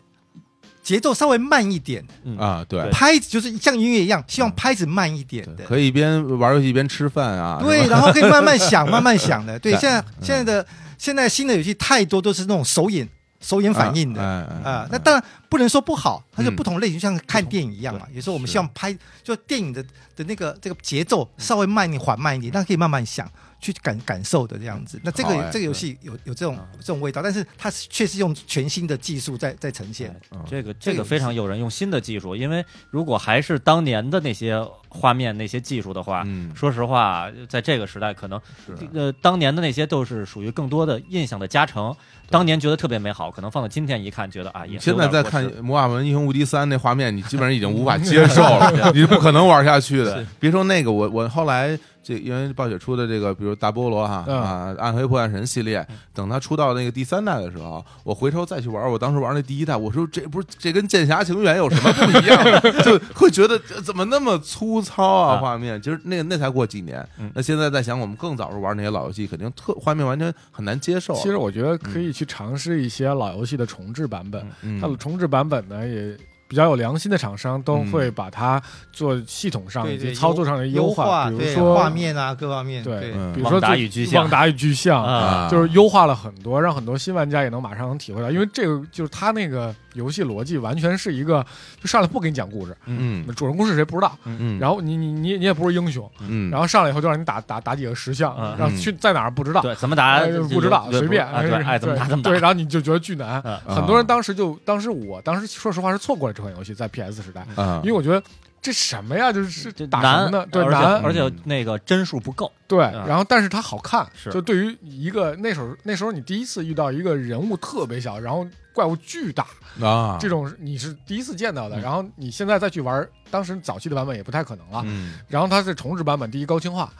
节奏稍微慢一点，嗯，啊，对对。拍子就是像音乐一样，希望拍子慢一点的。可以一边玩游戏一边吃饭啊，是对，吧然后可以慢慢 想，慢慢想的。对，对现在现在的现在新的游戏太多都是那种手眼手眼反应的哎哎哎啊。那哎当然不能说不好，它是嗯不同类型，就像看电影一样嘛。有时候我们希望拍，就电影的的那个这个节奏稍微慢一点、缓慢一点，但可以慢慢想。去感感受的这样子，那这个好哎嗯这个游戏有有这种这种味道，但是它确实用全新的技术在在呈现。嗯这个这这个个非常诱人，用新的技术，因为如果还是当年的那些画面、那些技术的啊话，嗯说实话，在这个时代，可能是啊呃当年的那些都是属于更多的印象的加成。当年觉得特别美好，可能放到今天一看，觉得啊也是现有在点过再看时《魔法文英雄无敌三》那画面，你基本上已经无法 接受了，你是不可能玩下去的。别说那个，我我后来这因为暴雪出的这个，比如大菠萝哈、嗯啊，暗黑破坏神系列，等它出到那个第三代的时候，我回头再去玩，我当时玩那第一代，我说这不是这跟《剑侠情缘》有什么不一样的？ 就会觉得这怎么那么粗糙啊啊画面？其实那那才过几年嗯，那现在在想，我们更早时候玩那些老游戏，肯定特画面完全很难接受了。啊其实我觉得可以去尝试一些老游戏的重置版本，嗯它的重置版本呢也。比较有良心的厂商都会把它做系统上以对对及操作上的优化，化，比如对说画，面啊，各方面，对对，嗯比如说旺达最与巨像旺达与巨像，啊，啊就是优化了很多，让很多新玩家也能马上能体会到，因为这个就是它那个游戏逻辑完全是一个，就上来不给你讲故事，嗯主人公是谁不知道，嗯，然后你你你你也不是英雄，嗯，然后上来以后就让你打打打几个石像，嗯让去在哪儿不知道，对，怎么打哎不知道对随便，啊对，爱怎么打怎么打对，，然后你就觉得巨难，嗯啊很多人当时就，当时我当时说实话是错过了这款游戏，在 PS 时代，啊因为我觉得这什么呀，就是这打什么难呢？对，而且难，而且嗯那个帧数不够，对。嗯然后，但是它好看，是就对于一个那时候那时候你第一次遇到一个人物特别小，然后怪物巨大，啊这种你是第一次见到的。嗯然后你现在再去玩，当时早期的版本也不太可能了。嗯然后它是重置版本，第一高清化，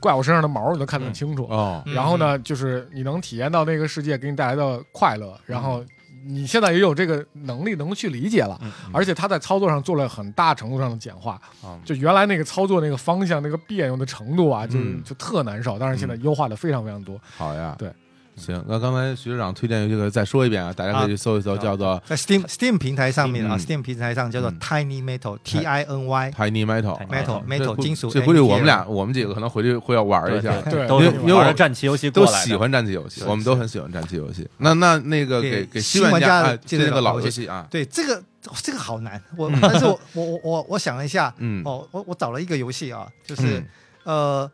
怪物身上的毛你都看得很清楚。哦嗯然后呢，就是你能体验到那个世界给你带来的快乐，然后你现在也有这个能力能去理解了，嗯而且它在操作上做了很大程度上的简化，嗯啊就原来那个操作那个方向那个别扭的程度啊，就、嗯就特难受，但是现在优化的非常非常多。好呀，对，行，那刚才徐市长推荐游戏可以再说一遍啊，大家可以去搜一搜，啊叫做在 Steam Steam 平台上面啊嗯，Steam 平台上叫做嗯 Tiny Metal T I N Y Tiny Metal 啊嗯 Metal 这 Metal 估金属 NTL。这估计我们俩我们几个可能回去会要玩一下，对都是因为因为玩我着战棋游戏过都来的喜欢战棋游戏，是我们都很喜欢战棋游戏。那那那个给给给新玩玩家家哎介这绍个老游游戏哦戏啊，对这个这个好难，我嗯但是我我我我我想了一下，嗯，哦，我我找了一个游戏啊，就是嗯，呃，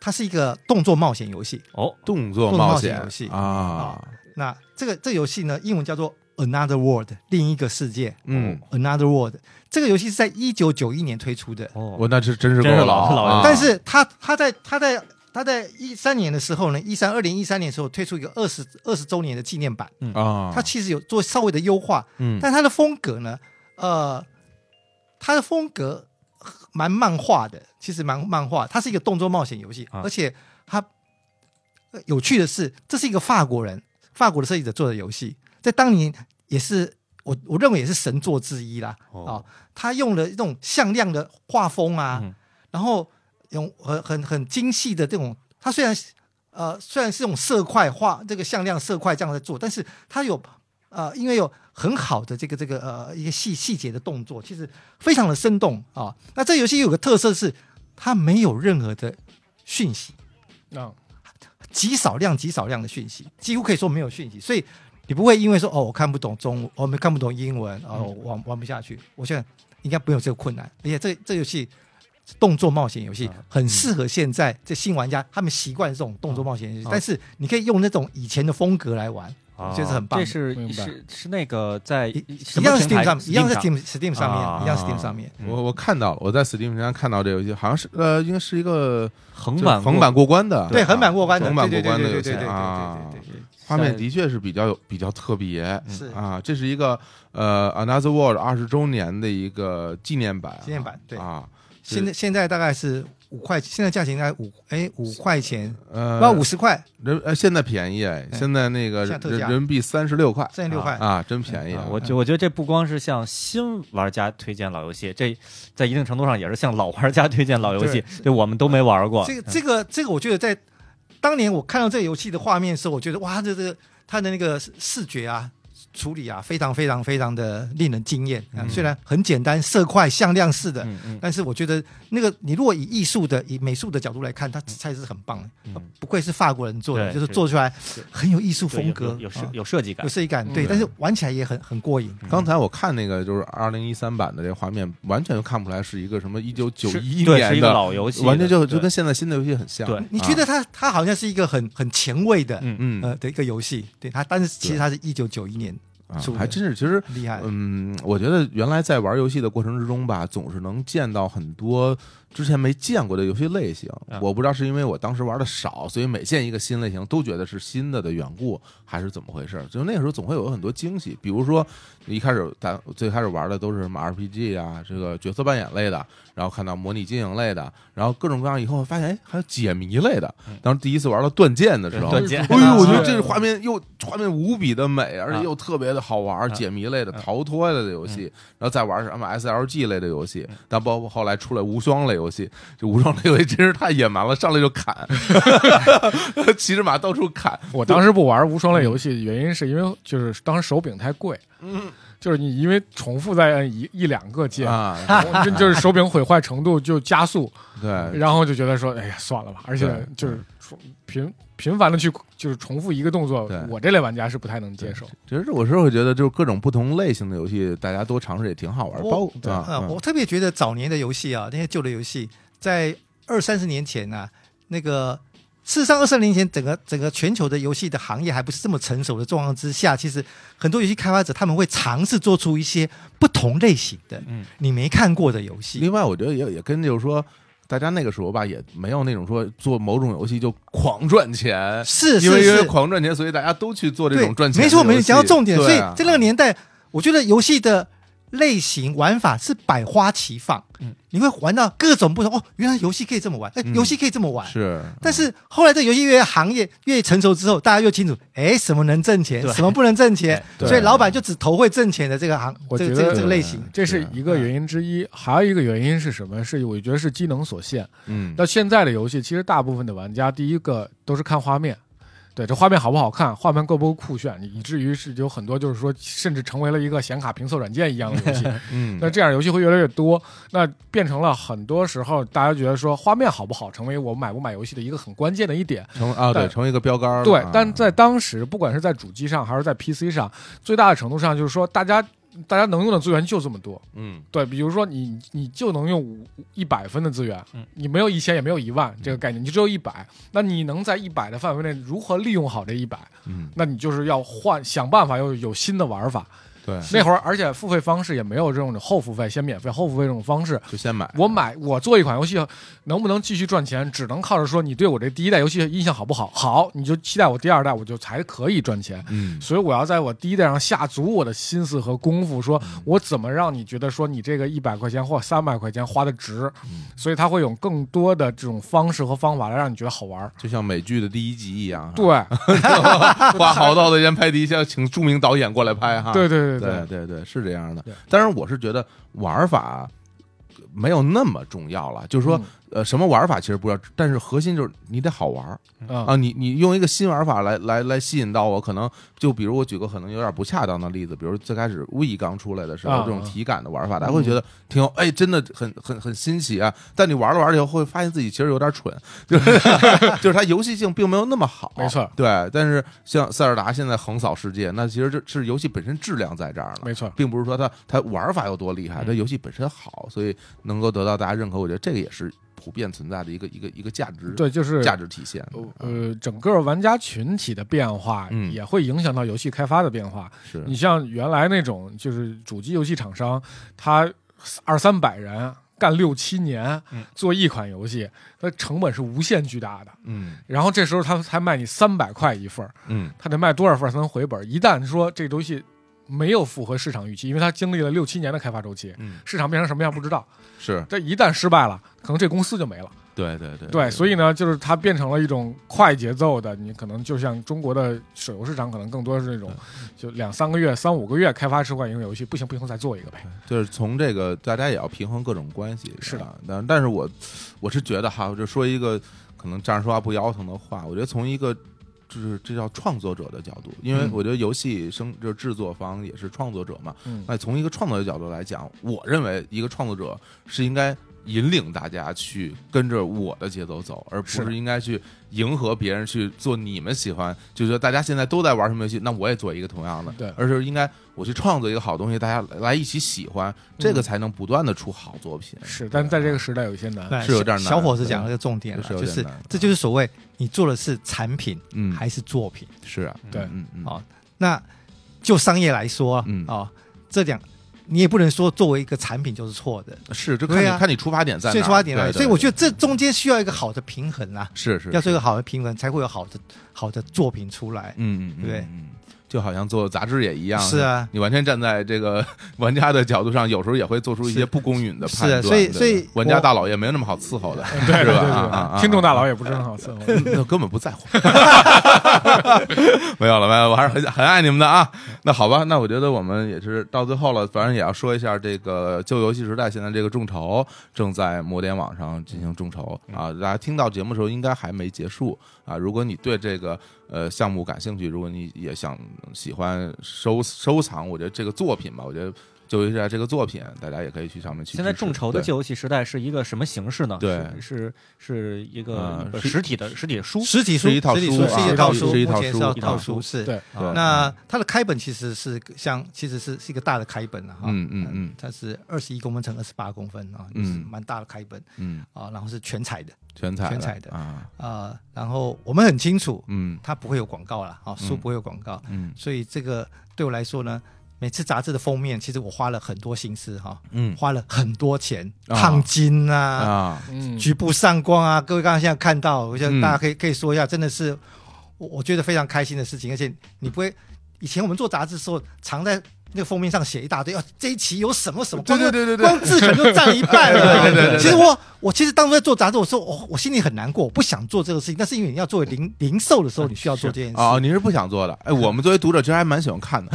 它是一个动作冒险游戏。哦，动作动作冒冒险险游戏啊，那这个这个游戏呢，英文叫做 Another World，另一个世界。嗯， Another World 这个游戏是在一九九一年推出的，哦，我那是真是够真是老老老啊，人但是他他在他在他在一三年的时候呢，一三二零一三年的时候推出一个二十二十周年的纪念版，啊，它其实有做稍微的优化，嗯但它的风格呢，呃，它的风格蛮漫画的，其实蛮漫画，它是一个动作冒险游戏，啊而且它、呃有趣的是，这是一个法国人，法国的设计者做的游戏，在当年也是我我认为也是神作之一啦。哦啊，他用了这种向量的画风啊，嗯然后用很很很精细的这种，他虽然呃，虽然是用色块画这个向量色块这样在做，但是它有呃，因为有很好的这个这个呃一些细细节的动作，其实非常的生动啊。那这游戏有个特色是，它没有任何的讯息，嗯，极少量、极少量的讯息，几乎可以说没有讯息，所以你不会因为说哦，我看不懂中文，我们看不懂英文，哦，我玩玩不下去。我现在应该不会有这个困难，而且这这游戏动作冒险游戏很适合现在这新玩家，他们习惯这种动作冒险游戏，嗯但是你可以用那种以前的风格来玩，啊我觉得是很棒这的。是明白是是那个在一什一么样是平台 Steam 上，一样是上 Steam Steam 上啊面，一样是 Steam 上面。我我看到了，我在 Steam 上看到这游戏，好像是呃，应该是一个横就是版横版过关的，对，横版过关的，横版对啊过对关的游对对戏对对啊对对对对画面的确是比较有比较特别对，是啊，这是一个呃 Another World 二十周年的一个纪念版啊，纪念版对啊，是现在现在大概是五块，现在价钱应该五哎五块钱，呃，不到五十块，人呃现在便宜哎，哎现在那个现在人特价嗯人民币三十六块三十六块。啊，真便宜啊啊，我觉我觉得这不光是向新玩家推荐老游戏，这在一定程度上也是向老玩家推荐老游戏。对，我们都没玩过。嗯这个这个这个，我觉得在当年我看到这个游戏的画面的时候，我觉得哇，这这它的那个视视觉啊、处理啊，非常非常非常的令人惊艳。啊嗯虽然很简单，色块向量式的，嗯嗯但是我觉得那个你如果以艺术的、以美术的角度来看，它才是很棒的。嗯嗯，不愧是法国人做的，对就是做出来很有艺术对风格有有有，设啊有设计感有。设计感，对，嗯但是玩起来也很很过瘾。刚才我看那个就是二零一三版的这画面，完全就看不出来是一个什么一九九是一对是年一个的，老游戏的，完全就对就跟现在新的游戏很像。对你觉得它它好像是一个很很前卫的嗯嗯呃的一个游戏，对它，但是其实它是一九九一年啊是的还真是，其实很厉害的。嗯，我觉得原来在玩游戏的过程之中吧，总是能见到很多之前没见过的游戏类型。啊我不知道是因为我当时玩的少，所以每见一个新类型都觉得是新的的缘故，还是怎么回事儿？就那个时候总会有很多惊喜，比如说一开始咱最开始玩的都是什么 RPG 啊，这个角色扮演类的，然后看到模拟经营类的，然后各种各样以后发现，哎，还有解谜类的。当时第一次玩到断剑的时候，断剑 哎呦，我觉得对这个画面又画面无比的美，而且又特别的好玩，啊解谜类的、逃脱类的游戏，然后再玩什么 SLG 类的游戏，但包括后来出来无双类游戏，这无双类游戏真是太野蛮了，上来就砍，骑着马到处砍，我当时不玩无双类游戏，原因是因为就是当时手柄太贵，嗯就是你因为重复再按一一两个键，啊，这就是手柄毁坏程度就 加速，对，然后就觉得说，哎呀，算了吧。而且对就是重频频繁的去就是重复一个动作对，我这类玩家是不太能接受。其实我是会觉得，就是各种不同类型的游戏，大家多尝试也挺好玩，我包对啊呃，我特别觉得早年的游戏啊，那些旧的游戏，在二三十年前啊，那个事实上二三十年前，整个整个全球的游戏的行业还不是这么成熟的状况之下，其实很多游戏开发者他们会尝试做出一些不同类型的，嗯你没看过的游戏。另外，我觉得也也跟就是说，大家那个时候吧，也没有那种说做某种游戏就狂赚钱，是因是为因为是，狂赚钱，所以大家都去做这对种，赚钱的没游戏。错没错，讲到重点，所对以啊在那个年代，我觉得游戏的类型玩法是百花齐放，嗯你会玩到各种不同。哦，原来游戏可以这么玩，哎、嗯游戏可以这么玩，是，但是后来这游戏越行业越成熟之后，大家越清楚，哎，什么能挣钱对，什么不能挣钱，哎对所以老板就只投会挣钱的这个行，我这个觉这得个这个类型。这是啊一个原因之一，还有一个原因是什么？是我觉得是机能所限。嗯，到现在的游戏，其实大部分的玩家第一个都是看画面，对这画面好不好看，画面够不够酷炫，以至于是有很多就是说，甚至成为了一个显卡评测软件一样的游戏。嗯，那这样游戏会越来越多，那变成了很多时候大家觉得说画面好不好，成为我买不买游戏的一个很关键的一点。成啊，对，但成为一个标杆儿了对啊，但在当时，不管是在主机上还是在 PC 上，最大的程度上就是说，大家大家能用的资源就这么多。嗯，对，比如说你你就能用五一百分的资源嗯，你没有一千也没有一万这个概念，你就只有一百。那你能在一百的范围内如何利用好这一百？嗯，那你就是要换想办法，要有新的玩法。对，那会儿，而且付费方式也没有这种后付费先免费后付费这种方式，就先买，我买我做一款游戏，能不能继续赚钱，只能靠着说你对我这第一代游戏印象好不好，好你就期待我第二代，我就才可以赚钱。嗯，所以我要在我第一代上下足我的心思和功夫，说嗯我怎么让你觉得说你这个一百块钱或三百块钱花的值，嗯所以他会有更多的这种方式和方法来让你觉得好玩儿。就像美剧的第一集一样，对， 哈，花好多的钱拍第一下，请著名导演过来拍哈，对对对对对对对，是这样的对。当然，我是觉得玩法没有那么重要了。就是说嗯，呃，什么玩法其实不知道，但是核心就是你得好玩儿啊啊！你你用一个新玩法来来来吸引到我，可能就比如我举个可能有点不恰当的例子，比如最开始 We 刚出来的时候，啊这种啊体感的玩法，大家会觉得挺有，哎，真的很很很新奇啊！但你玩了玩了以后，会发现自己其实有点蠢，就是 就是它游戏性并没有那么好，没错对。但是像塞尔达现在横扫世界，那其实这是游戏本身质量在这儿呢，没错，嗯并不是说它它玩法有多厉害，它游戏本身好，所以能够得到大家认可，我觉得这个也是普遍存在的一个一个一个价值对，就是价值体现。呃，整个玩家群体的变化嗯也会影响到游戏开发的变化。是你像原来那种就是主机游戏厂商，他二三百人干六七年嗯做一款游戏，它成本是无限巨大的。嗯然后这时候他才卖你三百块一份儿，嗯他得卖多少份儿才能回本儿？一旦说这东西没有符合市场预期，因为它经历了六七年的开发周期，嗯，市场变成什么样不知道。是这一旦失败了，可能这公司就没了。对对对对，所以呢，就是它变成了一种快节奏的，你可能就像中国的手游市场，可能更多是那种，就两三个月、三五个月开发出款一个游戏，不行不行再做一个呗。就是从这个大家也要平衡各种关系。是的啊，但但是我我是觉得哈，我就说一个可能站着说话不腰疼的话，我觉得从一个。就是这叫创作者的角度，因为嗯我觉得游戏生就是制作方也是创作者嘛，嗯，那从一个创作的角度来讲，我认为一个创作者是应该引领大家去跟着我的节奏走，而不是是应该去迎合别人去做你们喜欢，就是说大家现在都在玩什么游戏，那我也做一个同样的，对而是应该我去创作一个好东西，大家来来一起喜欢，这嗯个才能不断的出好作品。是，但是在这个时代有一些难。对嗯是有点难哎小小伙子讲了个重点了，是有就点是难这就是所谓你做的是产品嗯，还是作品。是啊，对嗯嗯，好那就商业来说，嗯哦，这两你也不能说作为一个产品就是错的，是就看对你啊看你出发点在哪儿，所以出发点对对来，所以我对觉得这中间需要一个好的平衡啊，是是要做一个好的平衡，才会有好的好的作品出来。嗯，嗯，对嗯嗯就好像做杂志也一样，是啊你完全站在这个 玩家的角度上，有时候也会做出一些是不公允的是啊判断。所以对所以玩家我大佬也没有那么好伺候的，对对是对吧对啊啊啊对，听众大佬也不是很好伺候。 嗯那根本不在乎。没有了，没有了，我还是很很爱你们的啊。那好吧，那我觉得我们也是到最后了，反正也要说一下这个旧游戏时代现在这个众筹正在摩点网上进行众筹啊。大家听到节目的时候应该还没结束啊。如果你对这个呃项目感兴趣，如果你也想喜欢收收藏，我觉得这个作品吧，我觉得旧游戏时代这个作品，大家也可以去上面去支持。现在众筹的对旧游戏时代是一个什么形式呢？对是是是一个呃呃是实体的实体的书，实体书是一套实体书书啊是一套是书，是一套目前书是要一套套书书是。对，对那它的开本其实是像，其实是是一个大的开本了啊哈，呃嗯嗯嗯它是二十一公分乘二十八公分啊，嗯就是蛮大的开本嗯啊，然后是全彩的全彩全彩的啊，啊，然后我们很清楚，嗯它不会有广告了啊，书不会有广告，嗯所以这个对我来说呢，每次杂志的封面，其实我花了很多心思哈、嗯花了很多钱，啊烫金啊，啊嗯，局部上光啊，各位刚刚现在看到，我觉嗯得大家可以可以说一下，真的是我我觉得非常开心的事情，而且你不会，以前我们做杂志的时候，常在。那个封面上写一大堆，啊，这一期有什么什么，光对对对对对光字可能就占了一半了。对对对对对其实我我其实当初在做杂志，我说我我心里很难过，我不想做这个事情，但是因为你要做零零售的时候，你需要做这件事。哦，您是不想做的？哎，我们作为读者其实还蛮喜欢看的，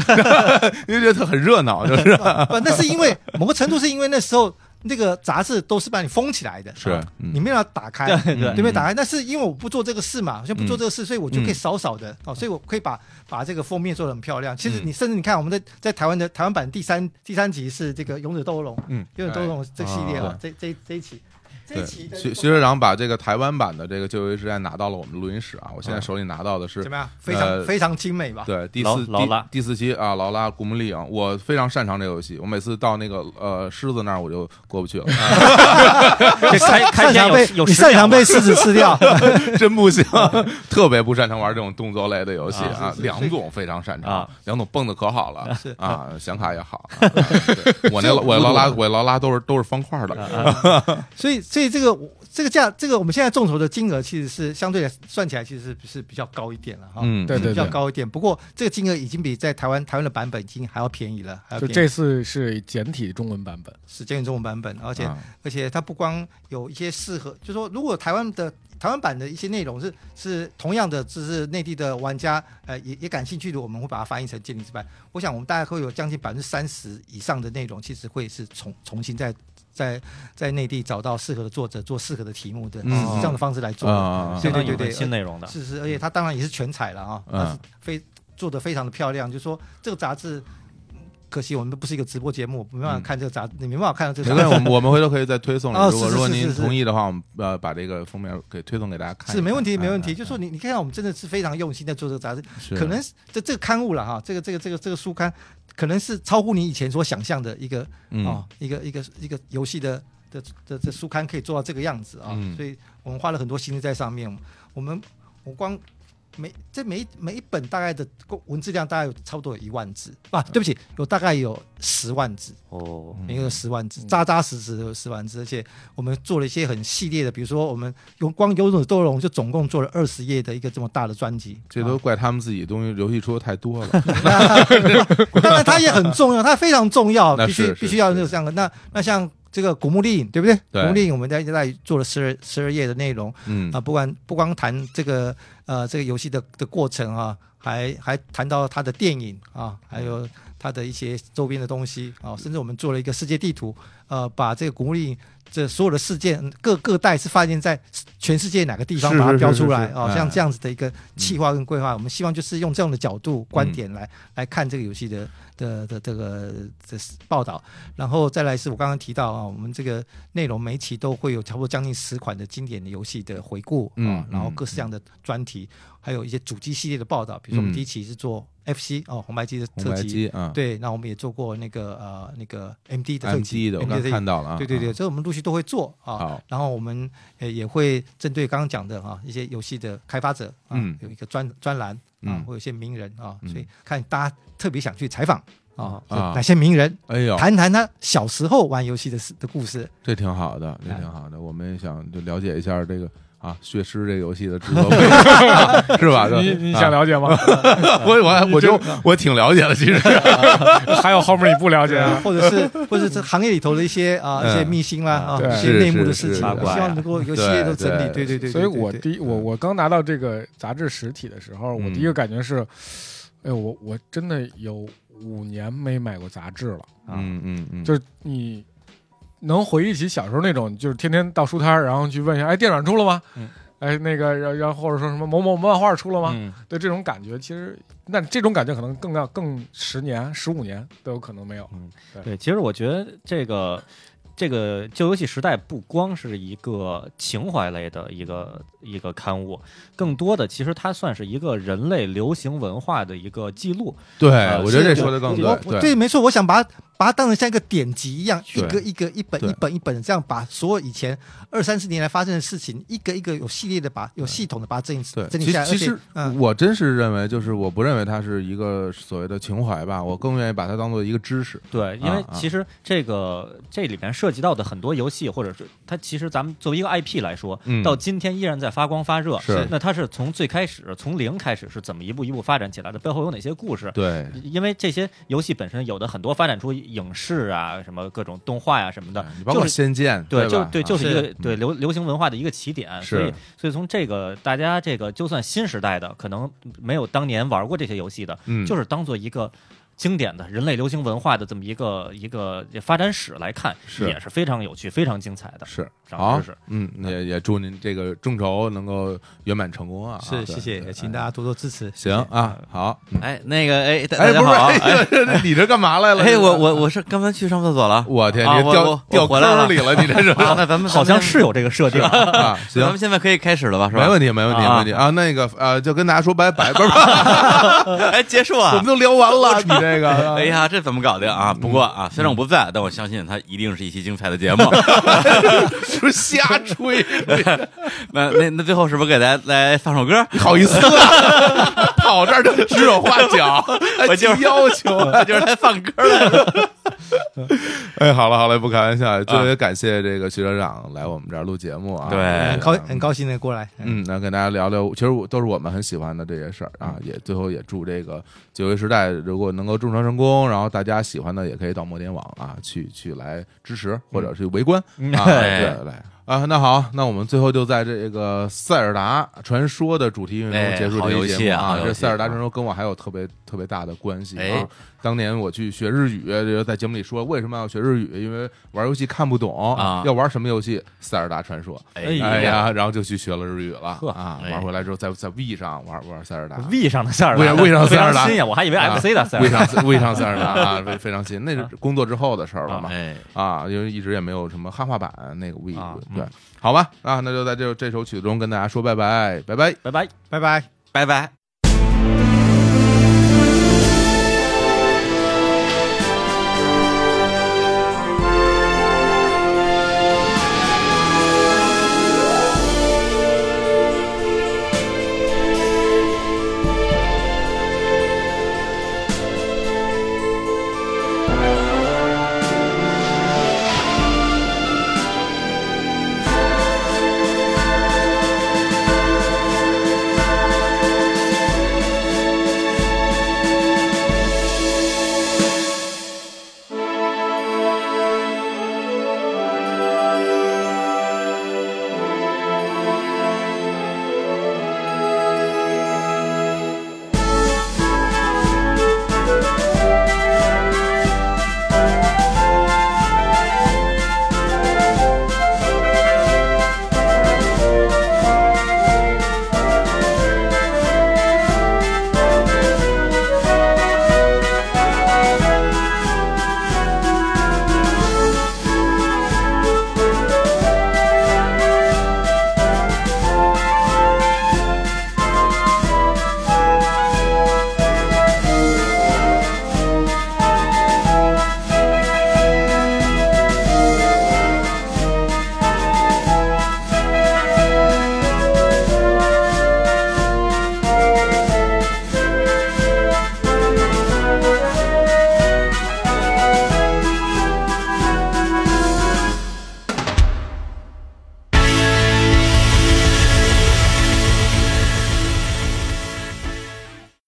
因为觉得它很热闹，就是 不，那是因为某个程度是因为那时候那个杂志都是把你封起来的，是啊 嗯你没有要打开，对嗯对对不对？打开，那是因为我不做这个事嘛，我就嗯不做这个事，所以我就可以少少的哦，所以我可以把把这个封面做的很漂亮。其嗯实你甚至你看我们在在台湾的台湾版第三第三集是这个《勇者斗恶龙》，嗯《勇者斗恶龙》这个系列啊啊，这这这一期，这对一期，的徐徐社长把这个台湾版的这个《旧约时代》拿到了我们录音室啊，我现在手里拿到的是嗯怎么样？非常呃非常精美吧？对第劳四劳拉第第四期啊，劳拉古墓丽影，我非常擅长这个游戏，我每次到那个呃狮子那儿我就过不去了， 这 开开篇擅长有被有你十秒擅长吧被狮子吃掉， 真不行，特别不擅长玩这种动作类的游戏啊啊。梁总非常擅长啊，梁总蹦的可好了是啊，显卡也好， 啊对我那我劳拉我劳拉都是都是方块啊的，啊所以，所以这个我这个价，这个我们现在众筹的金额其实是相对来算起来，其实是是比较高一点了哈，嗯，对对比较高一点。不过这个金额已经比在台湾台湾的版本已经还要便宜了，还要就便宜这次是简体中文版本，是这种版本，而且、啊而且它不光有一些适合，就是说如果台湾的台湾版的一些内容是是同样的，只是内地的玩家呃也也感兴趣的，我们会把它翻译成简体字版。我想我们大概会有将近百分之三十以上的内容，其实会是重重新再在在内地找到适合的作者，做适合的题目的，嗯是这样的方式来做的。啊， 对相对当于有份新内容的，是是，而且他当然也是全彩了啊，嗯他是非做的非常的漂亮，就说这个杂志。可惜我们不是一个直播节目，没办法看这个杂，你没办法看到这个嗯没杂关系，我志， 们我们回头可以再推送。哦如果是是如果是您是是同意的话，我们呃把这个封面给推送给大家看一看。是没问题，没问哎题。就说你，你看我们真的是非常用心在做这个杂志，是可能是这这个刊物了哈，啊这个这个这个这个书刊，可能是超乎你以前所想象的一个嗯哦，一个一个一个游戏的的的这书刊可以做到这个样子啊、嗯所以我们花了很多心思在上面。我们我光每这每一每一本大概的文字量大概有差不多有一万字啊，对不起，有大概有十万字，哦，每个有十万字，嗯扎扎实实的有十万字，而且我们做了一些很系列的，比如说我们用光有种斗龙就总共做了二十页的一个这么大的专辑，这啊都怪他们自己东西游戏出的太多 了。当然它也很重要，它非常重要， 那必须是是必须要有这样的。那那像这个古墓丽影，对不对？对古墓丽影我们在在做了十二十二页的内容嗯啊，不管不光谈这个呃这个游戏的的过程啊，还还谈到它的电影啊，还有它的一些周边的东西啊，甚至我们做了一个世界地图，呃，把这个古墓丽影这所有的事件各各代是发现在全世界哪个地方是把它是标是出是来是啊，哎像这样子的一个企划跟规划，我们希望就是用这样的角度观嗯点来来看这个游戏的的的这个这报道，然后再来是我刚刚提到啊，我们这个内容每一期都会有差不多将近十款的经典的游戏的回顾啊，嗯然后嗯各式各样的专题，还有一些主机系列的报道，比如说我们嗯第一期是做 FC 哦红白机的红特白辑，机啊，对，那我们也做过那个呃那个 MD 的特，M 辑 G 的，我 MD 刚特辑看到了啊。对对啊对，，这我们陆续都会做啊。好，然后我们呃也会针对刚刚讲的啊一些游戏的开发者啊，嗯有一个专专栏啊嗯，会有一些名人啊，嗯所以看大家特别想去采访啊，就啊哪些名人哎呦，谈谈他小时候玩游戏的事的故事。这挺好的，这哎挺好的。我们也想就了解一下这个啊，血尸这个游戏的制作背景啊 是吧？你对你啊想了解吗？ 我我我就我挺了解的，其实还有后面你不了解啊啊？或者是或者是行业里头的一些啊嗯一些秘辛啦啊对一些内幕是的事是情，八我卦呀希望能够有系列都整理。对对对对，所以我对对第一我我刚拿到这个杂志实体的时候，我嗯第一个感觉是，哎呦，我我真的有五年没买过杂志了。嗯嗯嗯，就是你能回忆起小时候那种，就是天天到书摊儿，然后去问一下，哎，电软出了吗？嗯哎，那个，然然后或者说什么某某漫画出了吗？嗯，对，这种感觉其实，那这种感觉可能更要更十年、十五年都有可能没有。对，其实我觉得这个这个旧游戏时代不光是一个情怀类的一个一个刊物，更多的其实它算是一个人类流行文化的一个记录。对啊，我觉得这是说的更我对我，对，没错，我想把它把它当成像一个典籍一样，一对个一个一本对一本一本地这样把所有以前二三十年来发生的事情，一个一个有系列的把有系统的把它整理对，整理其下来。其而且实嗯，我真是认为，就是我不认为它是一个所谓的情怀吧，我更愿意把它当做一个知识。对，因为啊啊其实这个、这里面涉及到的很多游戏，或者是它其实咱们作为一个 IP 来说，嗯到今天依然在发光发热。是那它是从最开始从零开始是怎么一步一步发展起来的？背后有哪些故事？对，因为这些游戏本身有的很多发展出影视啊、什么各种动画呀、什么的，嗯你包括就是《仙剑》，对，就吧？对，就是啊一个对流流行文化的一个起点，所以是所以从这个大家这个就算新时代的，可能没有当年玩过这些游戏的，嗯，就是当做一个经典的人类流行文化的这么一个一个发展史来看，是也是非常有趣、非常精彩的。是长好知识，嗯，也也祝您这个众筹能够圆满成功啊！啊是谢谢，也请大家家多多支持。行啊，好，嗯哎，那个哎，大哎，大家不好是，啊，哎哎，你这干嘛来了？哎，我我我是刚才去上厕所了，我天，啊你我掉我掉我回来了坑里了，你这是啊，那咱们好像是有这个设定啊， 啊，咱行们。现在可以开始了吧？是吧？没问题，没问题，啊没问题啊！那个呃，就跟大家说拜拜，不是，不是 题，哎，结束我啊们。都聊完了，你这个，啊哎，呀，这怎么搞的啊？不过啊，虽然我不在，但我相信它一定是一期精彩的节目。 是瞎吹，那那那最后是不是给大家来放首歌？你好意思啊 跑这儿就指手画脚， 我就还是提要 求，就是来放歌来了。哎，好了好了，不开玩笑，特别感谢这个徐社长来我们这儿录节目啊，啊对很嗯高很高兴的过来，哎嗯嗯，那跟大家聊聊，其实我都是我们很喜欢的这些事儿啊，嗯也最后也祝这个九月时代如果能够众筹成功，然后大家喜欢的也可以到摩点网啊去去来支持或者去围观啊，嗯哎对来。啊，那好，那我们最后就在这个《塞尔达传说》的主题运动哎结束好这游期戏节目啊好游这《戏塞尔达啊传说》跟我还有特别特别大的关系啊。哎当年我去学日语，这个在节目里说为什么要学日日语，因为玩游戏看不懂啊要玩什么游戏？塞尔达传说。哎哎哎呀，然后就去学了日语了呵啊！哎玩回来之后，在在 V 上玩玩塞尔达，啊 V 上的塞 尔达，为为啥塞非尔达常新呀，我还以为啊 FC 的塞尔为达。嗯上为上塞 尔达啊，非非常新，那是工作之后的事儿了嘛哎，啊，因为一直也没有什么汉化版那个 V 啊对，好吧啊，那就在这这首曲子中跟大家说拜拜，拜拜。拜拜。拜拜。拜拜。